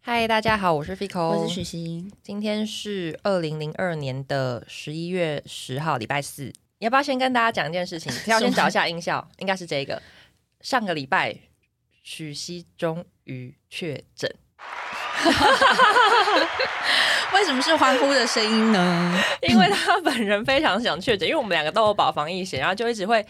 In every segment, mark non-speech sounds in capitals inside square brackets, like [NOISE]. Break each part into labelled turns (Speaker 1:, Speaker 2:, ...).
Speaker 1: 嗨，大家好，我是 Fico，
Speaker 2: 我是许昕。
Speaker 1: 今天是二零零二年的十一月十号，礼拜四。你要不要先跟大家讲一件事
Speaker 2: [LAUGHS]
Speaker 1: 情？要先找一下音效，应该是这个。上个礼拜，许熙终于确
Speaker 2: [LAUGHS]
Speaker 1: 诊。
Speaker 2: 为什么是欢呼的声音 [LAUGHS] 呢？
Speaker 1: 因为他本人非常想确诊，因为我们两个都有保防疫险，然后就一直会，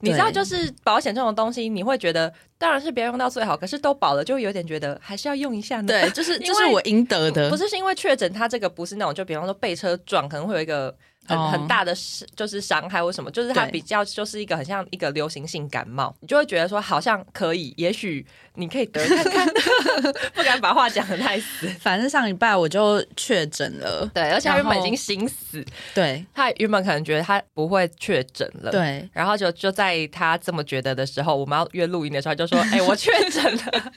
Speaker 1: 你知道，就是保险这种东西，你会觉得当然是别用到最好，可是都保了，就会有点觉得还是要用一下呢。
Speaker 2: 对，就是
Speaker 1: 因
Speaker 2: 这
Speaker 1: 为
Speaker 2: 是我应得的，
Speaker 1: 不是是因为确诊，它这个不是那种就比方说被车撞，可能会有一个很、
Speaker 2: 哦
Speaker 1: 很大的是就是伤害或什么，就是它
Speaker 2: 对
Speaker 1: 比较就是一个很像一个流行性感冒，你就会觉得说好像可以，也许你可以得看
Speaker 2: [LAUGHS]
Speaker 1: 看，不敢把话讲的太死。
Speaker 2: 反正上礼拜我就确诊了。
Speaker 1: 对，而且他
Speaker 2: 然
Speaker 1: 原
Speaker 2: 后
Speaker 1: 本已经心死，
Speaker 2: 对
Speaker 1: 他原本可能觉得他不会确诊了，。
Speaker 2: 对，
Speaker 1: 然后就就在他这么觉得的时候，我们要约录音的时候，他就说：“哎、我确诊了。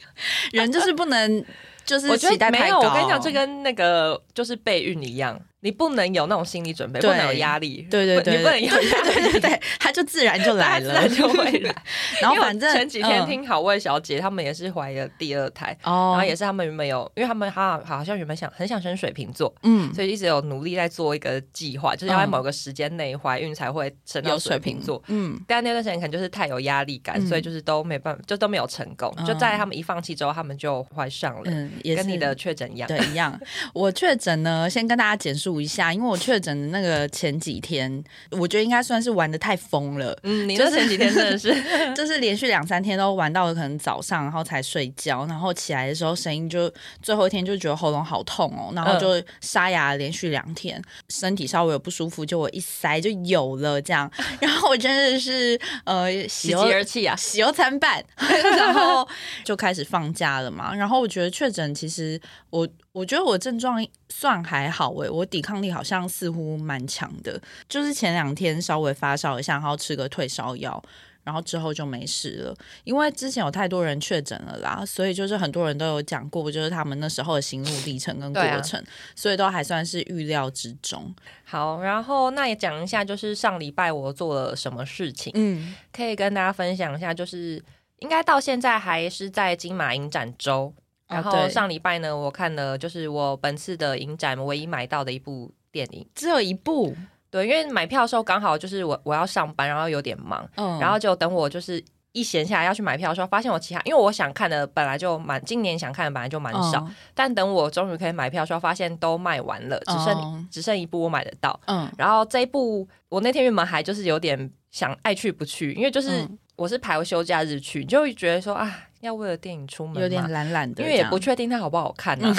Speaker 2: 人就是不能，就”是
Speaker 1: 我觉
Speaker 2: 期
Speaker 1: 得
Speaker 2: 待
Speaker 1: 没
Speaker 2: 太
Speaker 1: 有，
Speaker 2: 高。
Speaker 1: 我跟你讲，这跟那个就是备孕一样，你不能有那种心理准备，不
Speaker 2: 对
Speaker 1: 能有压力，
Speaker 2: 对对对，
Speaker 1: 你不能有
Speaker 2: 对
Speaker 1: 压力，
Speaker 2: [LAUGHS] 对对对， [LAUGHS] 他就自然就
Speaker 1: 大家
Speaker 2: 来 [LAUGHS]
Speaker 1: 自
Speaker 2: 了
Speaker 1: 然，就会来。
Speaker 2: 然后
Speaker 1: 因为我
Speaker 2: 反正
Speaker 1: 前几天
Speaker 2: 嗯
Speaker 1: 听好味小姐，他们也是怀了第二胎，然
Speaker 2: 哦
Speaker 1: 后，也是他们原本有，因为他们好好像原本想很想生水瓶座，
Speaker 2: 嗯，
Speaker 1: 所以一直有努力在做一个计划，就是要在
Speaker 2: 嗯
Speaker 1: 某个时间内怀孕才会生到
Speaker 2: 有
Speaker 1: 水
Speaker 2: 水
Speaker 1: 瓶
Speaker 2: 平
Speaker 1: 座。，
Speaker 2: 嗯，
Speaker 1: 但那段时间可能就是太有压力感，
Speaker 2: 嗯
Speaker 1: 所以就是都没办法，就都没有成功。
Speaker 2: 嗯
Speaker 1: 就在他们一放弃之后，他们就怀上了，
Speaker 2: 嗯，也是
Speaker 1: 跟你的确诊一样。
Speaker 2: 对，一样。我确诊呢，先跟大家简述一下，因为我确诊的那个前几天，我觉得应该算是玩的太疯了，
Speaker 1: 嗯，你
Speaker 2: 就
Speaker 1: 那
Speaker 2: 是
Speaker 1: 前几天真的 [LAUGHS] 是，
Speaker 2: 就是连续两三天都玩到可能早上，然后才睡觉，然后起来的时候声音就最后一天就觉得喉咙好痛哦，然后就沙哑连续两天，身体稍微有不舒服，就我一塞就有了这样， [LAUGHS] 然后我真的是呃
Speaker 1: 喜
Speaker 2: 喜忧
Speaker 1: 极而泣啊！
Speaker 2: 喜忧参
Speaker 1: [LAUGHS]
Speaker 2: 半，然后就开始放假了嘛。然后我觉得确诊其实我我觉得我症状算还好诶、我抵抗力好像似乎蛮强的，就是前两天稍微发烧一下，然后吃个退烧药。然后之后就没事了，因为之前有太多人确诊了啦，所以就是很多人都有讲过，就是他们那时候的心路历程跟过
Speaker 1: 对啊
Speaker 2: 程，所以都还算是预料之中。
Speaker 1: 好，然后那也讲一下，就是上礼拜我做了什么事情，
Speaker 2: 嗯，
Speaker 1: 可以跟大家分享一下。就是应该到现在还是在金马影展周，然后
Speaker 2: 对
Speaker 1: 上礼拜呢，我看了就是我本次的影展唯一买到的一部电影。
Speaker 2: 只有一部，
Speaker 1: 对，因为买票的时候刚好就是我我要上班，然后有点忙，
Speaker 2: 嗯
Speaker 1: 然后就等我就是一闲下来要去买票的时候，发现我其他因为我想看的本来就蛮，今年想看的本来就蛮少，
Speaker 2: 嗯
Speaker 1: 但等我终于可以买票的时候，发现都卖完了，只剩、
Speaker 2: 嗯
Speaker 1: 只剩一部我买得到。
Speaker 2: 嗯
Speaker 1: 然后这一部我那天原本还就是有点想爱去不去，因为就是
Speaker 2: 嗯
Speaker 1: 我是排休假日去，你就会觉得说啊，要为了电影出门嘛，
Speaker 2: 有点懒懒的
Speaker 1: 因
Speaker 2: 这
Speaker 1: 为
Speaker 2: 样，嗯
Speaker 1: 也不确定它好不好看呢、啊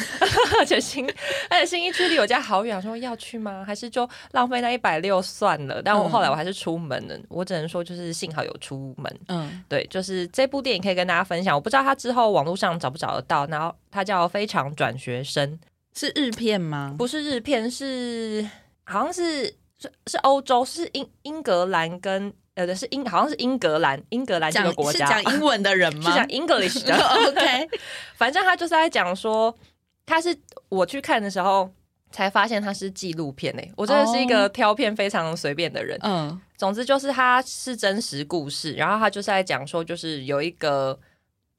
Speaker 1: [LAUGHS] 而且新而且新一区离我家好远，说要去吗？还是就浪费那一百六算了？但我
Speaker 2: 嗯
Speaker 1: 后来我还是出门了，我只能说就是幸好有出门。
Speaker 2: 嗯
Speaker 1: 对，就是这部电影可以跟大家分享，我不知道它之后网络上找不找得到。然后它叫《非常转学生》，，
Speaker 2: 是日片吗？
Speaker 1: 不是日片，是好像是是是欧洲，是英英格兰跟呃是英好像是英格兰英格兰这
Speaker 2: 讲
Speaker 1: 个国
Speaker 2: 是
Speaker 1: 家
Speaker 2: 讲英文的人
Speaker 1: 是
Speaker 2: 吗
Speaker 1: 讲 English [LAUGHS] 的。
Speaker 2: ？OK，
Speaker 1: 反正他就是在讲说，他是我去看的时候才发现他是纪录片诶、欸我真的是一个挑片非常随便的人。
Speaker 2: 嗯
Speaker 1: 总之就是他是真实故事，然后他就是在讲说，就是有一个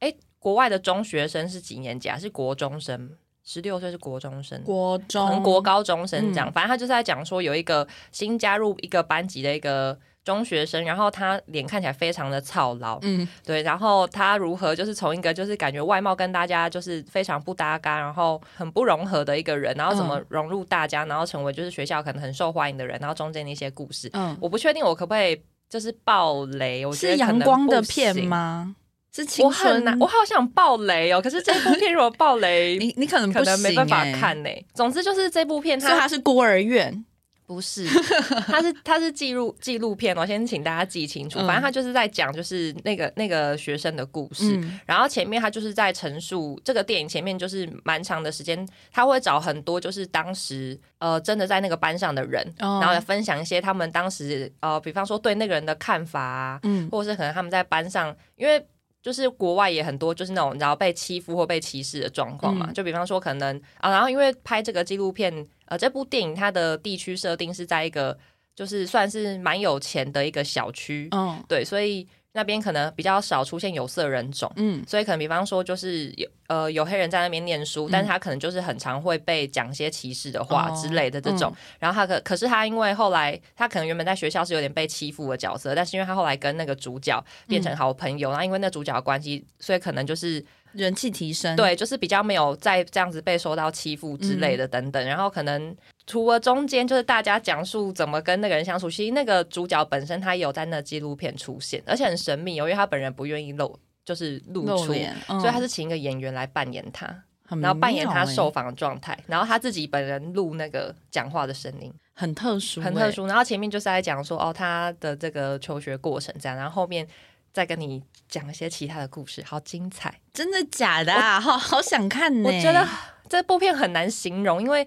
Speaker 1: 诶、国外的中学生是几年级啊？是国中生，十六岁是国中生。
Speaker 2: 国
Speaker 1: 可
Speaker 2: 中
Speaker 1: 能国高中生这样，
Speaker 2: 嗯
Speaker 1: 反正他就是在讲说有一个新加入一个班级的一个中学生，然后他脸看起来非常的操劳，
Speaker 2: 嗯
Speaker 1: 对，然后他如何就是从一个就是感觉外貌跟大家就是非常不搭嘎，然后很不融合的一个人，然后怎
Speaker 2: 嗯
Speaker 1: 么融入大家，然后成为就是学校可能很受欢迎的人，然后中间的一些故事，
Speaker 2: 嗯，
Speaker 1: 我不确定我可不可以就是爆雷，我觉得
Speaker 2: 是阳光的
Speaker 1: 可能
Speaker 2: 片
Speaker 1: 不行？
Speaker 2: 吗？是青
Speaker 1: 我很难，
Speaker 2: 春？
Speaker 1: 我好想爆雷哦，可是这部片如果爆雷，
Speaker 2: [LAUGHS] 你你可能
Speaker 1: 可
Speaker 2: 不
Speaker 1: 能
Speaker 2: 行
Speaker 1: 没办法
Speaker 2: 欸，
Speaker 1: 看呢、总之就是这部片
Speaker 2: 所以它是孤儿院，
Speaker 1: 不是， [LAUGHS] 它是它是记录纪录片哦，先请大家记清楚。
Speaker 2: 嗯
Speaker 1: 反正他就是在讲就是那个那个学生的故事，
Speaker 2: 嗯
Speaker 1: 然后前面他就是在陈述这个电影前面就是蛮长的时间，他会找很多就是当时呃真的在那个班上的人，
Speaker 2: 哦
Speaker 1: 然后来分享一些他们当时呃比方说对那个人的看法啊，
Speaker 2: 嗯
Speaker 1: 或者是可能他们在班上，因为就是国外也很多就是那种然后被欺负或被歧视的状况嘛，
Speaker 2: 嗯
Speaker 1: 就比方说可能啊，然后因为拍这个纪录片，呃，这部电影它的地区设定是在一个就是算是蛮有钱的一个小区，
Speaker 2: 嗯
Speaker 1: 对，所以那边可能比较少出现有色人种，
Speaker 2: 嗯，
Speaker 1: 所以可能比方说就是有呃有黑人在那边念书，但是他可能就是很常会被讲一些歧视的话
Speaker 2: 嗯哦
Speaker 1: 之类的这种。然后他可可是他因为后来他可能原本在学校是有点被欺负的角色，但是因为他后来跟那个主角变
Speaker 2: 嗯
Speaker 1: 成好朋友，然后因为那主角的关系，所以可能就是
Speaker 2: 人气提升，，
Speaker 1: 对，就是比较没有再这样子被受到欺负之类
Speaker 2: 嗯
Speaker 1: 的等等。然后可能除了中间就是大家讲述怎么跟那个人相处，其实那个主角本身他也有在那纪录片出现，而且很神秘哦，因为他本人不愿意露，就是露
Speaker 2: 露
Speaker 1: 出。
Speaker 2: 脸，嗯
Speaker 1: 所以他是请一个演员来扮演他，
Speaker 2: 很
Speaker 1: 然后扮演他
Speaker 2: 妙欸
Speaker 1: 受访的状态，然后他自己本人录那个讲话的声音，
Speaker 2: 很特殊，欸
Speaker 1: 很特，殊。然后前面就是在讲说哦他的这个求学过程这样，然后后面再跟你讲一些其他的故事，好精彩！
Speaker 2: 真的假的啊？好好想看欸呢，
Speaker 1: 我觉得这部片很难形容，因为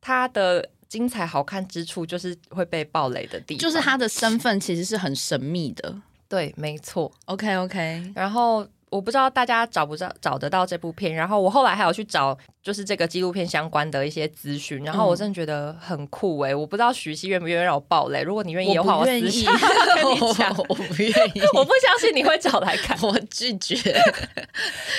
Speaker 1: 它的精彩好看之处就是会被暴雷的地方，
Speaker 2: 就是他的身份其实是很神秘的。
Speaker 1: 对，没错。
Speaker 2: OK OK，
Speaker 1: 然后我不知道大家找不找找得到这部片，然后我后来还有去找就是这个纪录片相关的一些资讯，然
Speaker 2: 嗯
Speaker 1: 后我真的觉得很酷欸诶、我不知道许熙愿不愿意让我爆雷，如果你愿意的话，
Speaker 2: 我
Speaker 1: 我
Speaker 2: 不愿
Speaker 1: 私
Speaker 2: 意， [LAUGHS]
Speaker 1: 下跟你讲。
Speaker 2: 我不愿意， [LAUGHS]
Speaker 1: 我不相信你会找来看。
Speaker 2: 我拒绝。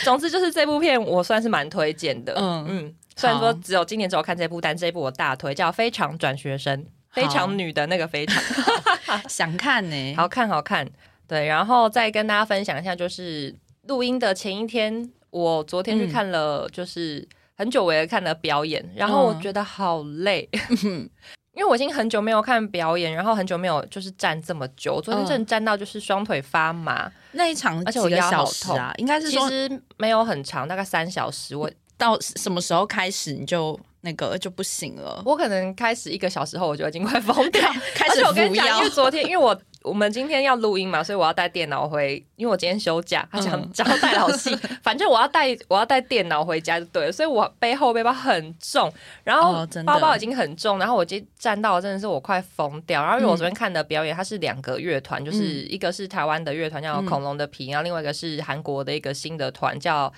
Speaker 1: 总之就是这部片我算是蛮推荐的， [LAUGHS] 嗯
Speaker 2: 嗯
Speaker 1: 嗯。虽然说
Speaker 2: 好
Speaker 1: 只有今年只有看这部，但这部我大推，叫《非常转学生》，非
Speaker 2: 好
Speaker 1: 常女的那个非常。
Speaker 2: 想看呢、
Speaker 1: 好看，好看。对，然后再跟大家分享一下，就是录音的前一天，我昨天去
Speaker 2: 嗯
Speaker 1: 看了，就是很久违的看了表演，然后我
Speaker 2: 嗯
Speaker 1: 觉得好
Speaker 2: [LAUGHS]
Speaker 1: 累，因为我已经很久没有看表演，然后很久没有就是站这么久，我昨天真的
Speaker 2: 嗯
Speaker 1: 站到就是双腿发麻。
Speaker 2: 那一场
Speaker 1: 而且
Speaker 2: 几
Speaker 1: 我
Speaker 2: 个
Speaker 1: 腰好
Speaker 2: 小时啊，应该是
Speaker 1: 其
Speaker 2: 说
Speaker 1: 实没有很长，大概三小时，我
Speaker 2: 到什么时候开始你就那个就不行了，
Speaker 1: 我可能开始一个小时后，我就已经快疯掉。
Speaker 2: [LAUGHS] 开
Speaker 1: 而且
Speaker 2: 始
Speaker 1: 我跟
Speaker 2: 服
Speaker 1: 你讲，因
Speaker 2: 药
Speaker 1: 为。昨天，因为我我们今天要录音嘛，所以我要带电脑回，因为我今天休假，他讲
Speaker 2: 嗯
Speaker 1: 交代老
Speaker 2: [LAUGHS]
Speaker 1: 细，反正我要带我要带电脑回家就对了，所以我背后背包很重，然后
Speaker 2: 哦真的
Speaker 1: 包包已经很重，然后我今天站到真的是我快疯掉，然后因为我昨天看的表演，它是两个乐团，就是
Speaker 2: 嗯
Speaker 1: 一个是台湾的乐团叫
Speaker 2: 嗯
Speaker 1: 恐龙的皮，然后另外一个是韩国的一个新的团叫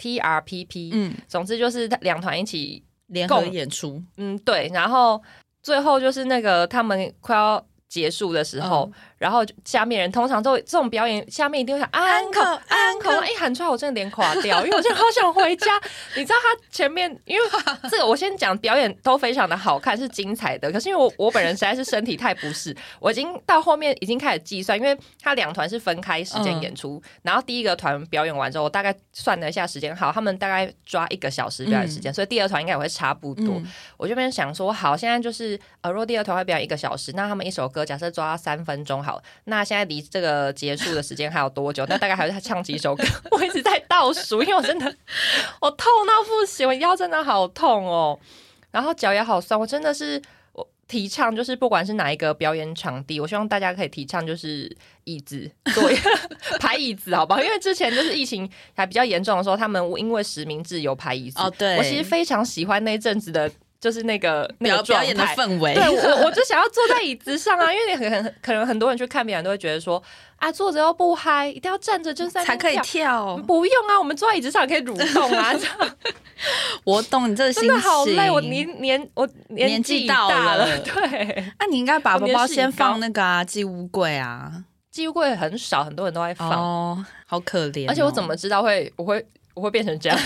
Speaker 1: TRPP，、
Speaker 2: 嗯，
Speaker 1: 总之就是两团一起
Speaker 2: 联
Speaker 1: 共
Speaker 2: 合演出，
Speaker 1: 嗯，对。然后最后就是那个他们快要结束的时候，然后就下面人通常都这种表演，下面一定会喊 uncle
Speaker 2: Uncle，
Speaker 1: uncle，一喊出来我真的脸垮掉，因为我真的好想回家。你知道他前面，因为这个我先讲表演都非常的好看，是精彩的。可是因为我我本人实在是身体太不适，我已经到后面已经开始计算，因为他两团是分开时间
Speaker 2: 嗯
Speaker 1: 演出，然后第一个团表演完之后，我大概算了一下时间，好，他们大概抓一个小时表演时间，所以第二团应该也会差不多。
Speaker 2: 嗯，
Speaker 1: 我这边想说，好，现在就是呃，若第二团会表演一个小时，那他们一首歌假设抓三分钟好，那现在离这个结束的时间还有多久？那大概还要再唱几首歌？ [LAUGHS] 我一直在倒数，因为我真
Speaker 2: [LAUGHS]
Speaker 1: 的我痛到不行，我腰真的好痛哦，然后脚也好酸，我真的是我提倡就是不管是哪一个表演场地，我希望大家可以提倡就是椅子对 [LAUGHS] 排椅子，好不好？因为之前就是疫情还比较严重的时候，他们因为实名制有排椅子
Speaker 2: 哦对
Speaker 1: 我其实非常喜欢那一阵子的，就是那个那
Speaker 2: 表
Speaker 1: 个
Speaker 2: 表
Speaker 1: 状
Speaker 2: 演的
Speaker 1: 态。
Speaker 2: 氛围，
Speaker 1: 对我，
Speaker 2: [LAUGHS]
Speaker 1: 我就想要坐在椅子上啊，因为你很很可能很多人去看表演都会觉得说啊，坐着又不嗨，一定要站着就是在那
Speaker 2: 才
Speaker 1: 边
Speaker 2: 可以
Speaker 1: 跳
Speaker 2: 跳。
Speaker 1: 不用啊，我们坐在椅子上也可以蠕动 [LAUGHS] 啊，这样
Speaker 2: 我懂你这个心
Speaker 1: 真
Speaker 2: 情，
Speaker 1: 的好累。我年年我
Speaker 2: 年纪
Speaker 1: 纪
Speaker 2: 到
Speaker 1: 大
Speaker 2: 了
Speaker 1: [LAUGHS] 对，
Speaker 2: 那你应该把
Speaker 1: 我
Speaker 2: 包
Speaker 1: 年
Speaker 2: 包
Speaker 1: 事
Speaker 2: 先
Speaker 1: 已高
Speaker 2: 放那个啊，寄乌柜啊。
Speaker 1: 机会很少，很多人都在放，
Speaker 2: 哦，好可怜哦。
Speaker 1: 而且我怎么知道会我会我会变成 [LAUGHS] 这样？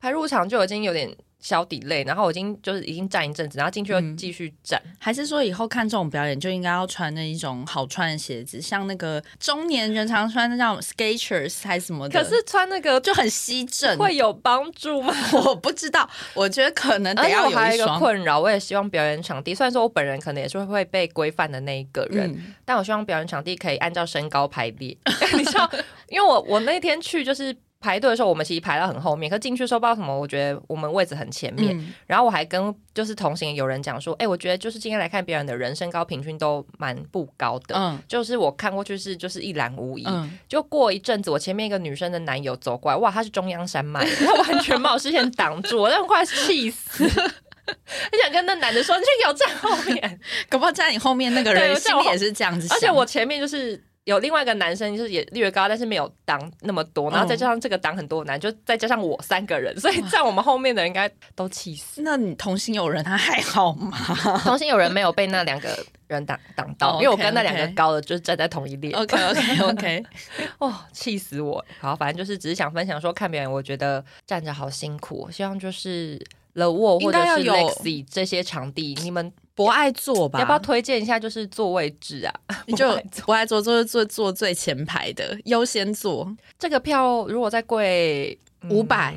Speaker 1: 排入场就已经有点小底累，然后我已经就是已经站一阵子，然后进去又
Speaker 2: 嗯
Speaker 1: 继续站。
Speaker 2: 还是说以后看这种表演就应该要穿那一种好穿的鞋子，像那个中年人常穿那种 Skechers 还是什么的，
Speaker 1: 可是穿那个
Speaker 2: 就很吸震。
Speaker 1: 会有帮助 [LAUGHS] 吗？
Speaker 2: 我不知道，我觉得可能
Speaker 1: 而
Speaker 2: 得
Speaker 1: 且
Speaker 2: 要
Speaker 1: 我还有
Speaker 2: 有
Speaker 1: 一个
Speaker 2: 双。
Speaker 1: 困扰，我也希望表演场地，虽然说我本人可能也是会被规范的那一个人，
Speaker 2: 嗯，
Speaker 1: 但我希望表演场地可以按照身高排列。 [LAUGHS] 你知道，因为我我那天去就是排队的时候，我们其实排到很后面，可进去的时候不知道为什么，我觉得我们位置很前面。
Speaker 2: 嗯
Speaker 1: 然后我还跟就是同行有人讲说，哎、我觉得就是今天来看表演的人身高平均都蛮不高的。
Speaker 2: 嗯
Speaker 1: 就是我看过去是就是一览无遗，
Speaker 2: 嗯，
Speaker 1: 就过一阵子，我前面一个女生的男友走过来，哇，他是中央山脉， [LAUGHS] 他完全把我视线挡住，我让我快气死。 [LAUGHS] 很想跟那男的说，你去给我站后面。
Speaker 2: 搞不好在你后面那个
Speaker 1: 对
Speaker 2: 人
Speaker 1: 我
Speaker 2: 心
Speaker 1: 在我
Speaker 2: 里也是这样子想，
Speaker 1: 而且我前面就是有另外一个男生就是也略高，但是没有挡那么多，然后再
Speaker 2: 嗯
Speaker 1: 加上这个挡很多的男，就再加上我三个人，所以在我们后面的人应该都气 [LAUGHS] 死。
Speaker 2: 那你同行有人，他还
Speaker 1: [LAUGHS]
Speaker 2: 好吗
Speaker 1: 同行有人没有被那两个人挡挡到，
Speaker 2: 哦
Speaker 1: 因为我
Speaker 2: OK，
Speaker 1: 跟那两个
Speaker 2: OK
Speaker 1: 高的就是站在同一列。
Speaker 2: ？OK OK
Speaker 1: [LAUGHS]
Speaker 2: OK，
Speaker 1: 哦，气死我！好，反正就是只是想分享说，看表演我觉得站着好辛苦，希望就是 The Wall
Speaker 2: 应
Speaker 1: 或者
Speaker 2: 该要
Speaker 1: 是
Speaker 2: 有
Speaker 1: Lexi 这些场地，你们
Speaker 2: 不爱做吧？
Speaker 1: 要不要推荐一下就是座位制啊？
Speaker 2: 你就不爱坐，就是坐坐最前排的，优先坐。
Speaker 1: 这个票如果再贵
Speaker 2: 嗯500，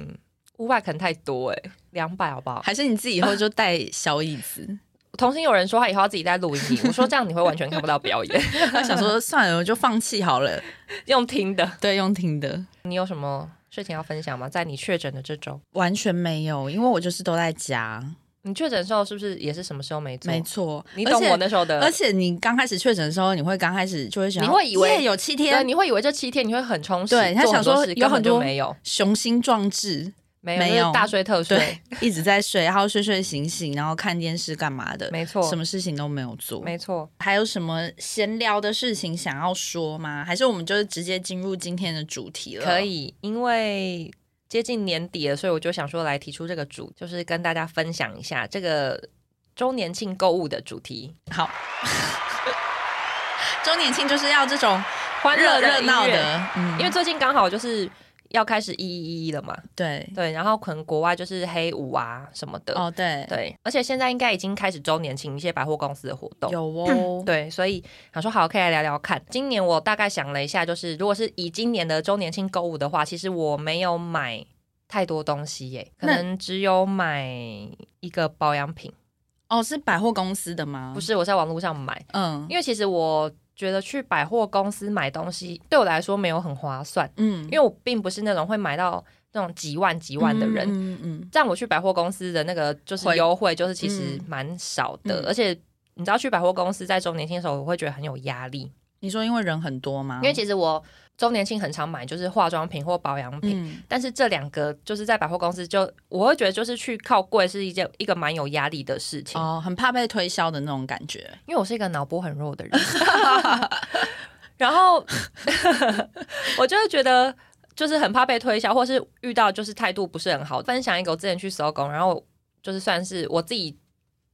Speaker 1: 五百可能太多哎、欸，两百好不好？
Speaker 2: 还是你自己以后就带小椅子？ [LAUGHS]
Speaker 1: 同行有人说他以后要自己带录音椅，我说这样你会完全看不到表
Speaker 2: [LAUGHS]
Speaker 1: 演，
Speaker 2: 他想说算了，我就放弃好了。
Speaker 1: 用听的。
Speaker 2: 对，用听的
Speaker 1: 你有什么事情要分享吗？在你确诊的这周，
Speaker 2: 完全没有，因为我就是都在家。
Speaker 1: 你确诊的时候是不是也是什么时候没做？
Speaker 2: 没错，
Speaker 1: 你
Speaker 2: 而
Speaker 1: 懂
Speaker 2: 且
Speaker 1: 我那时候的
Speaker 2: 而且你刚开始确诊的时候，你会刚开始就会想，
Speaker 1: 你会以为
Speaker 2: 耶有七
Speaker 1: 对，啊
Speaker 2: 天，
Speaker 1: 你会以为这七天你会很充实，
Speaker 2: 对他
Speaker 1: 做很
Speaker 2: 想说
Speaker 1: 多事
Speaker 2: 有
Speaker 1: 根本
Speaker 2: 很多
Speaker 1: 就没有，
Speaker 2: 雄心壮志，
Speaker 1: 没有，
Speaker 2: 没
Speaker 1: 就是
Speaker 2: 有
Speaker 1: 大睡特睡
Speaker 2: 对，，一直在睡，然后睡睡醒醒，然后看电视干嘛的，
Speaker 1: 没错，
Speaker 2: 什么事情都没有做。
Speaker 1: 没错，
Speaker 2: 还有什么闲聊的事情想要说吗？还是我们就是直接进入今天的主题了？
Speaker 1: 可，以，因为。接近年底了，所以我就想说来提出这个主，就是跟大家分享一下这个周年庆购物的主题，
Speaker 2: 好。 [LAUGHS] 周年庆就是要这种
Speaker 1: 欢乐
Speaker 2: 热
Speaker 1: 的
Speaker 2: 热
Speaker 1: 音
Speaker 2: 闹
Speaker 1: 乐，
Speaker 2: 的，嗯，
Speaker 1: 因为最近刚好就是要开始一一一了嘛，
Speaker 2: 对，
Speaker 1: 对，然后可能国外就是黑五啊什么的，
Speaker 2: 哦对，
Speaker 1: 对，而且现在应该已经开始周年庆一些百货公司的活动，
Speaker 2: 有哦，
Speaker 1: 嗯对，所以想说好，可以来聊聊看。今年我大概想了一下，就是如果是以今年的周年庆购物的话，其实我没有买太多东西耶，可
Speaker 2: 那
Speaker 1: 能只有买一个保养品。
Speaker 2: 哦是百货公司的吗？
Speaker 1: 不，是，我在网络上买，
Speaker 2: 嗯
Speaker 1: 因为其实我觉得去百货公司买东西对我来说没有很划算，
Speaker 2: 嗯
Speaker 1: 因为我并不是那种会买到那种几万几万的人。
Speaker 2: 嗯嗯嗯
Speaker 1: 这样我去百货公司的那个就是
Speaker 2: 回
Speaker 1: 优惠，就是其实
Speaker 2: 嗯
Speaker 1: 蛮少的，
Speaker 2: 嗯
Speaker 1: 而且你知道去百货公司在周年庆的时候，我会觉得很有压力，
Speaker 2: 你说因为人很多吗？
Speaker 1: 因为其实我周年庆很常买就是化妆品或保养品，
Speaker 2: 嗯
Speaker 1: 但是这两个就是在百货公司就我会觉得就是去靠柜是一件一个蛮有压力的事情，
Speaker 2: 哦，很怕被推销的那种感觉，
Speaker 1: 因为我是一个脑波很弱
Speaker 2: [LAUGHS]
Speaker 1: 的人，然后我就会觉得。就是很怕被推销，或是遇到就是态度不是很好。分享一个我之前去搜狗，然后就是算是我自己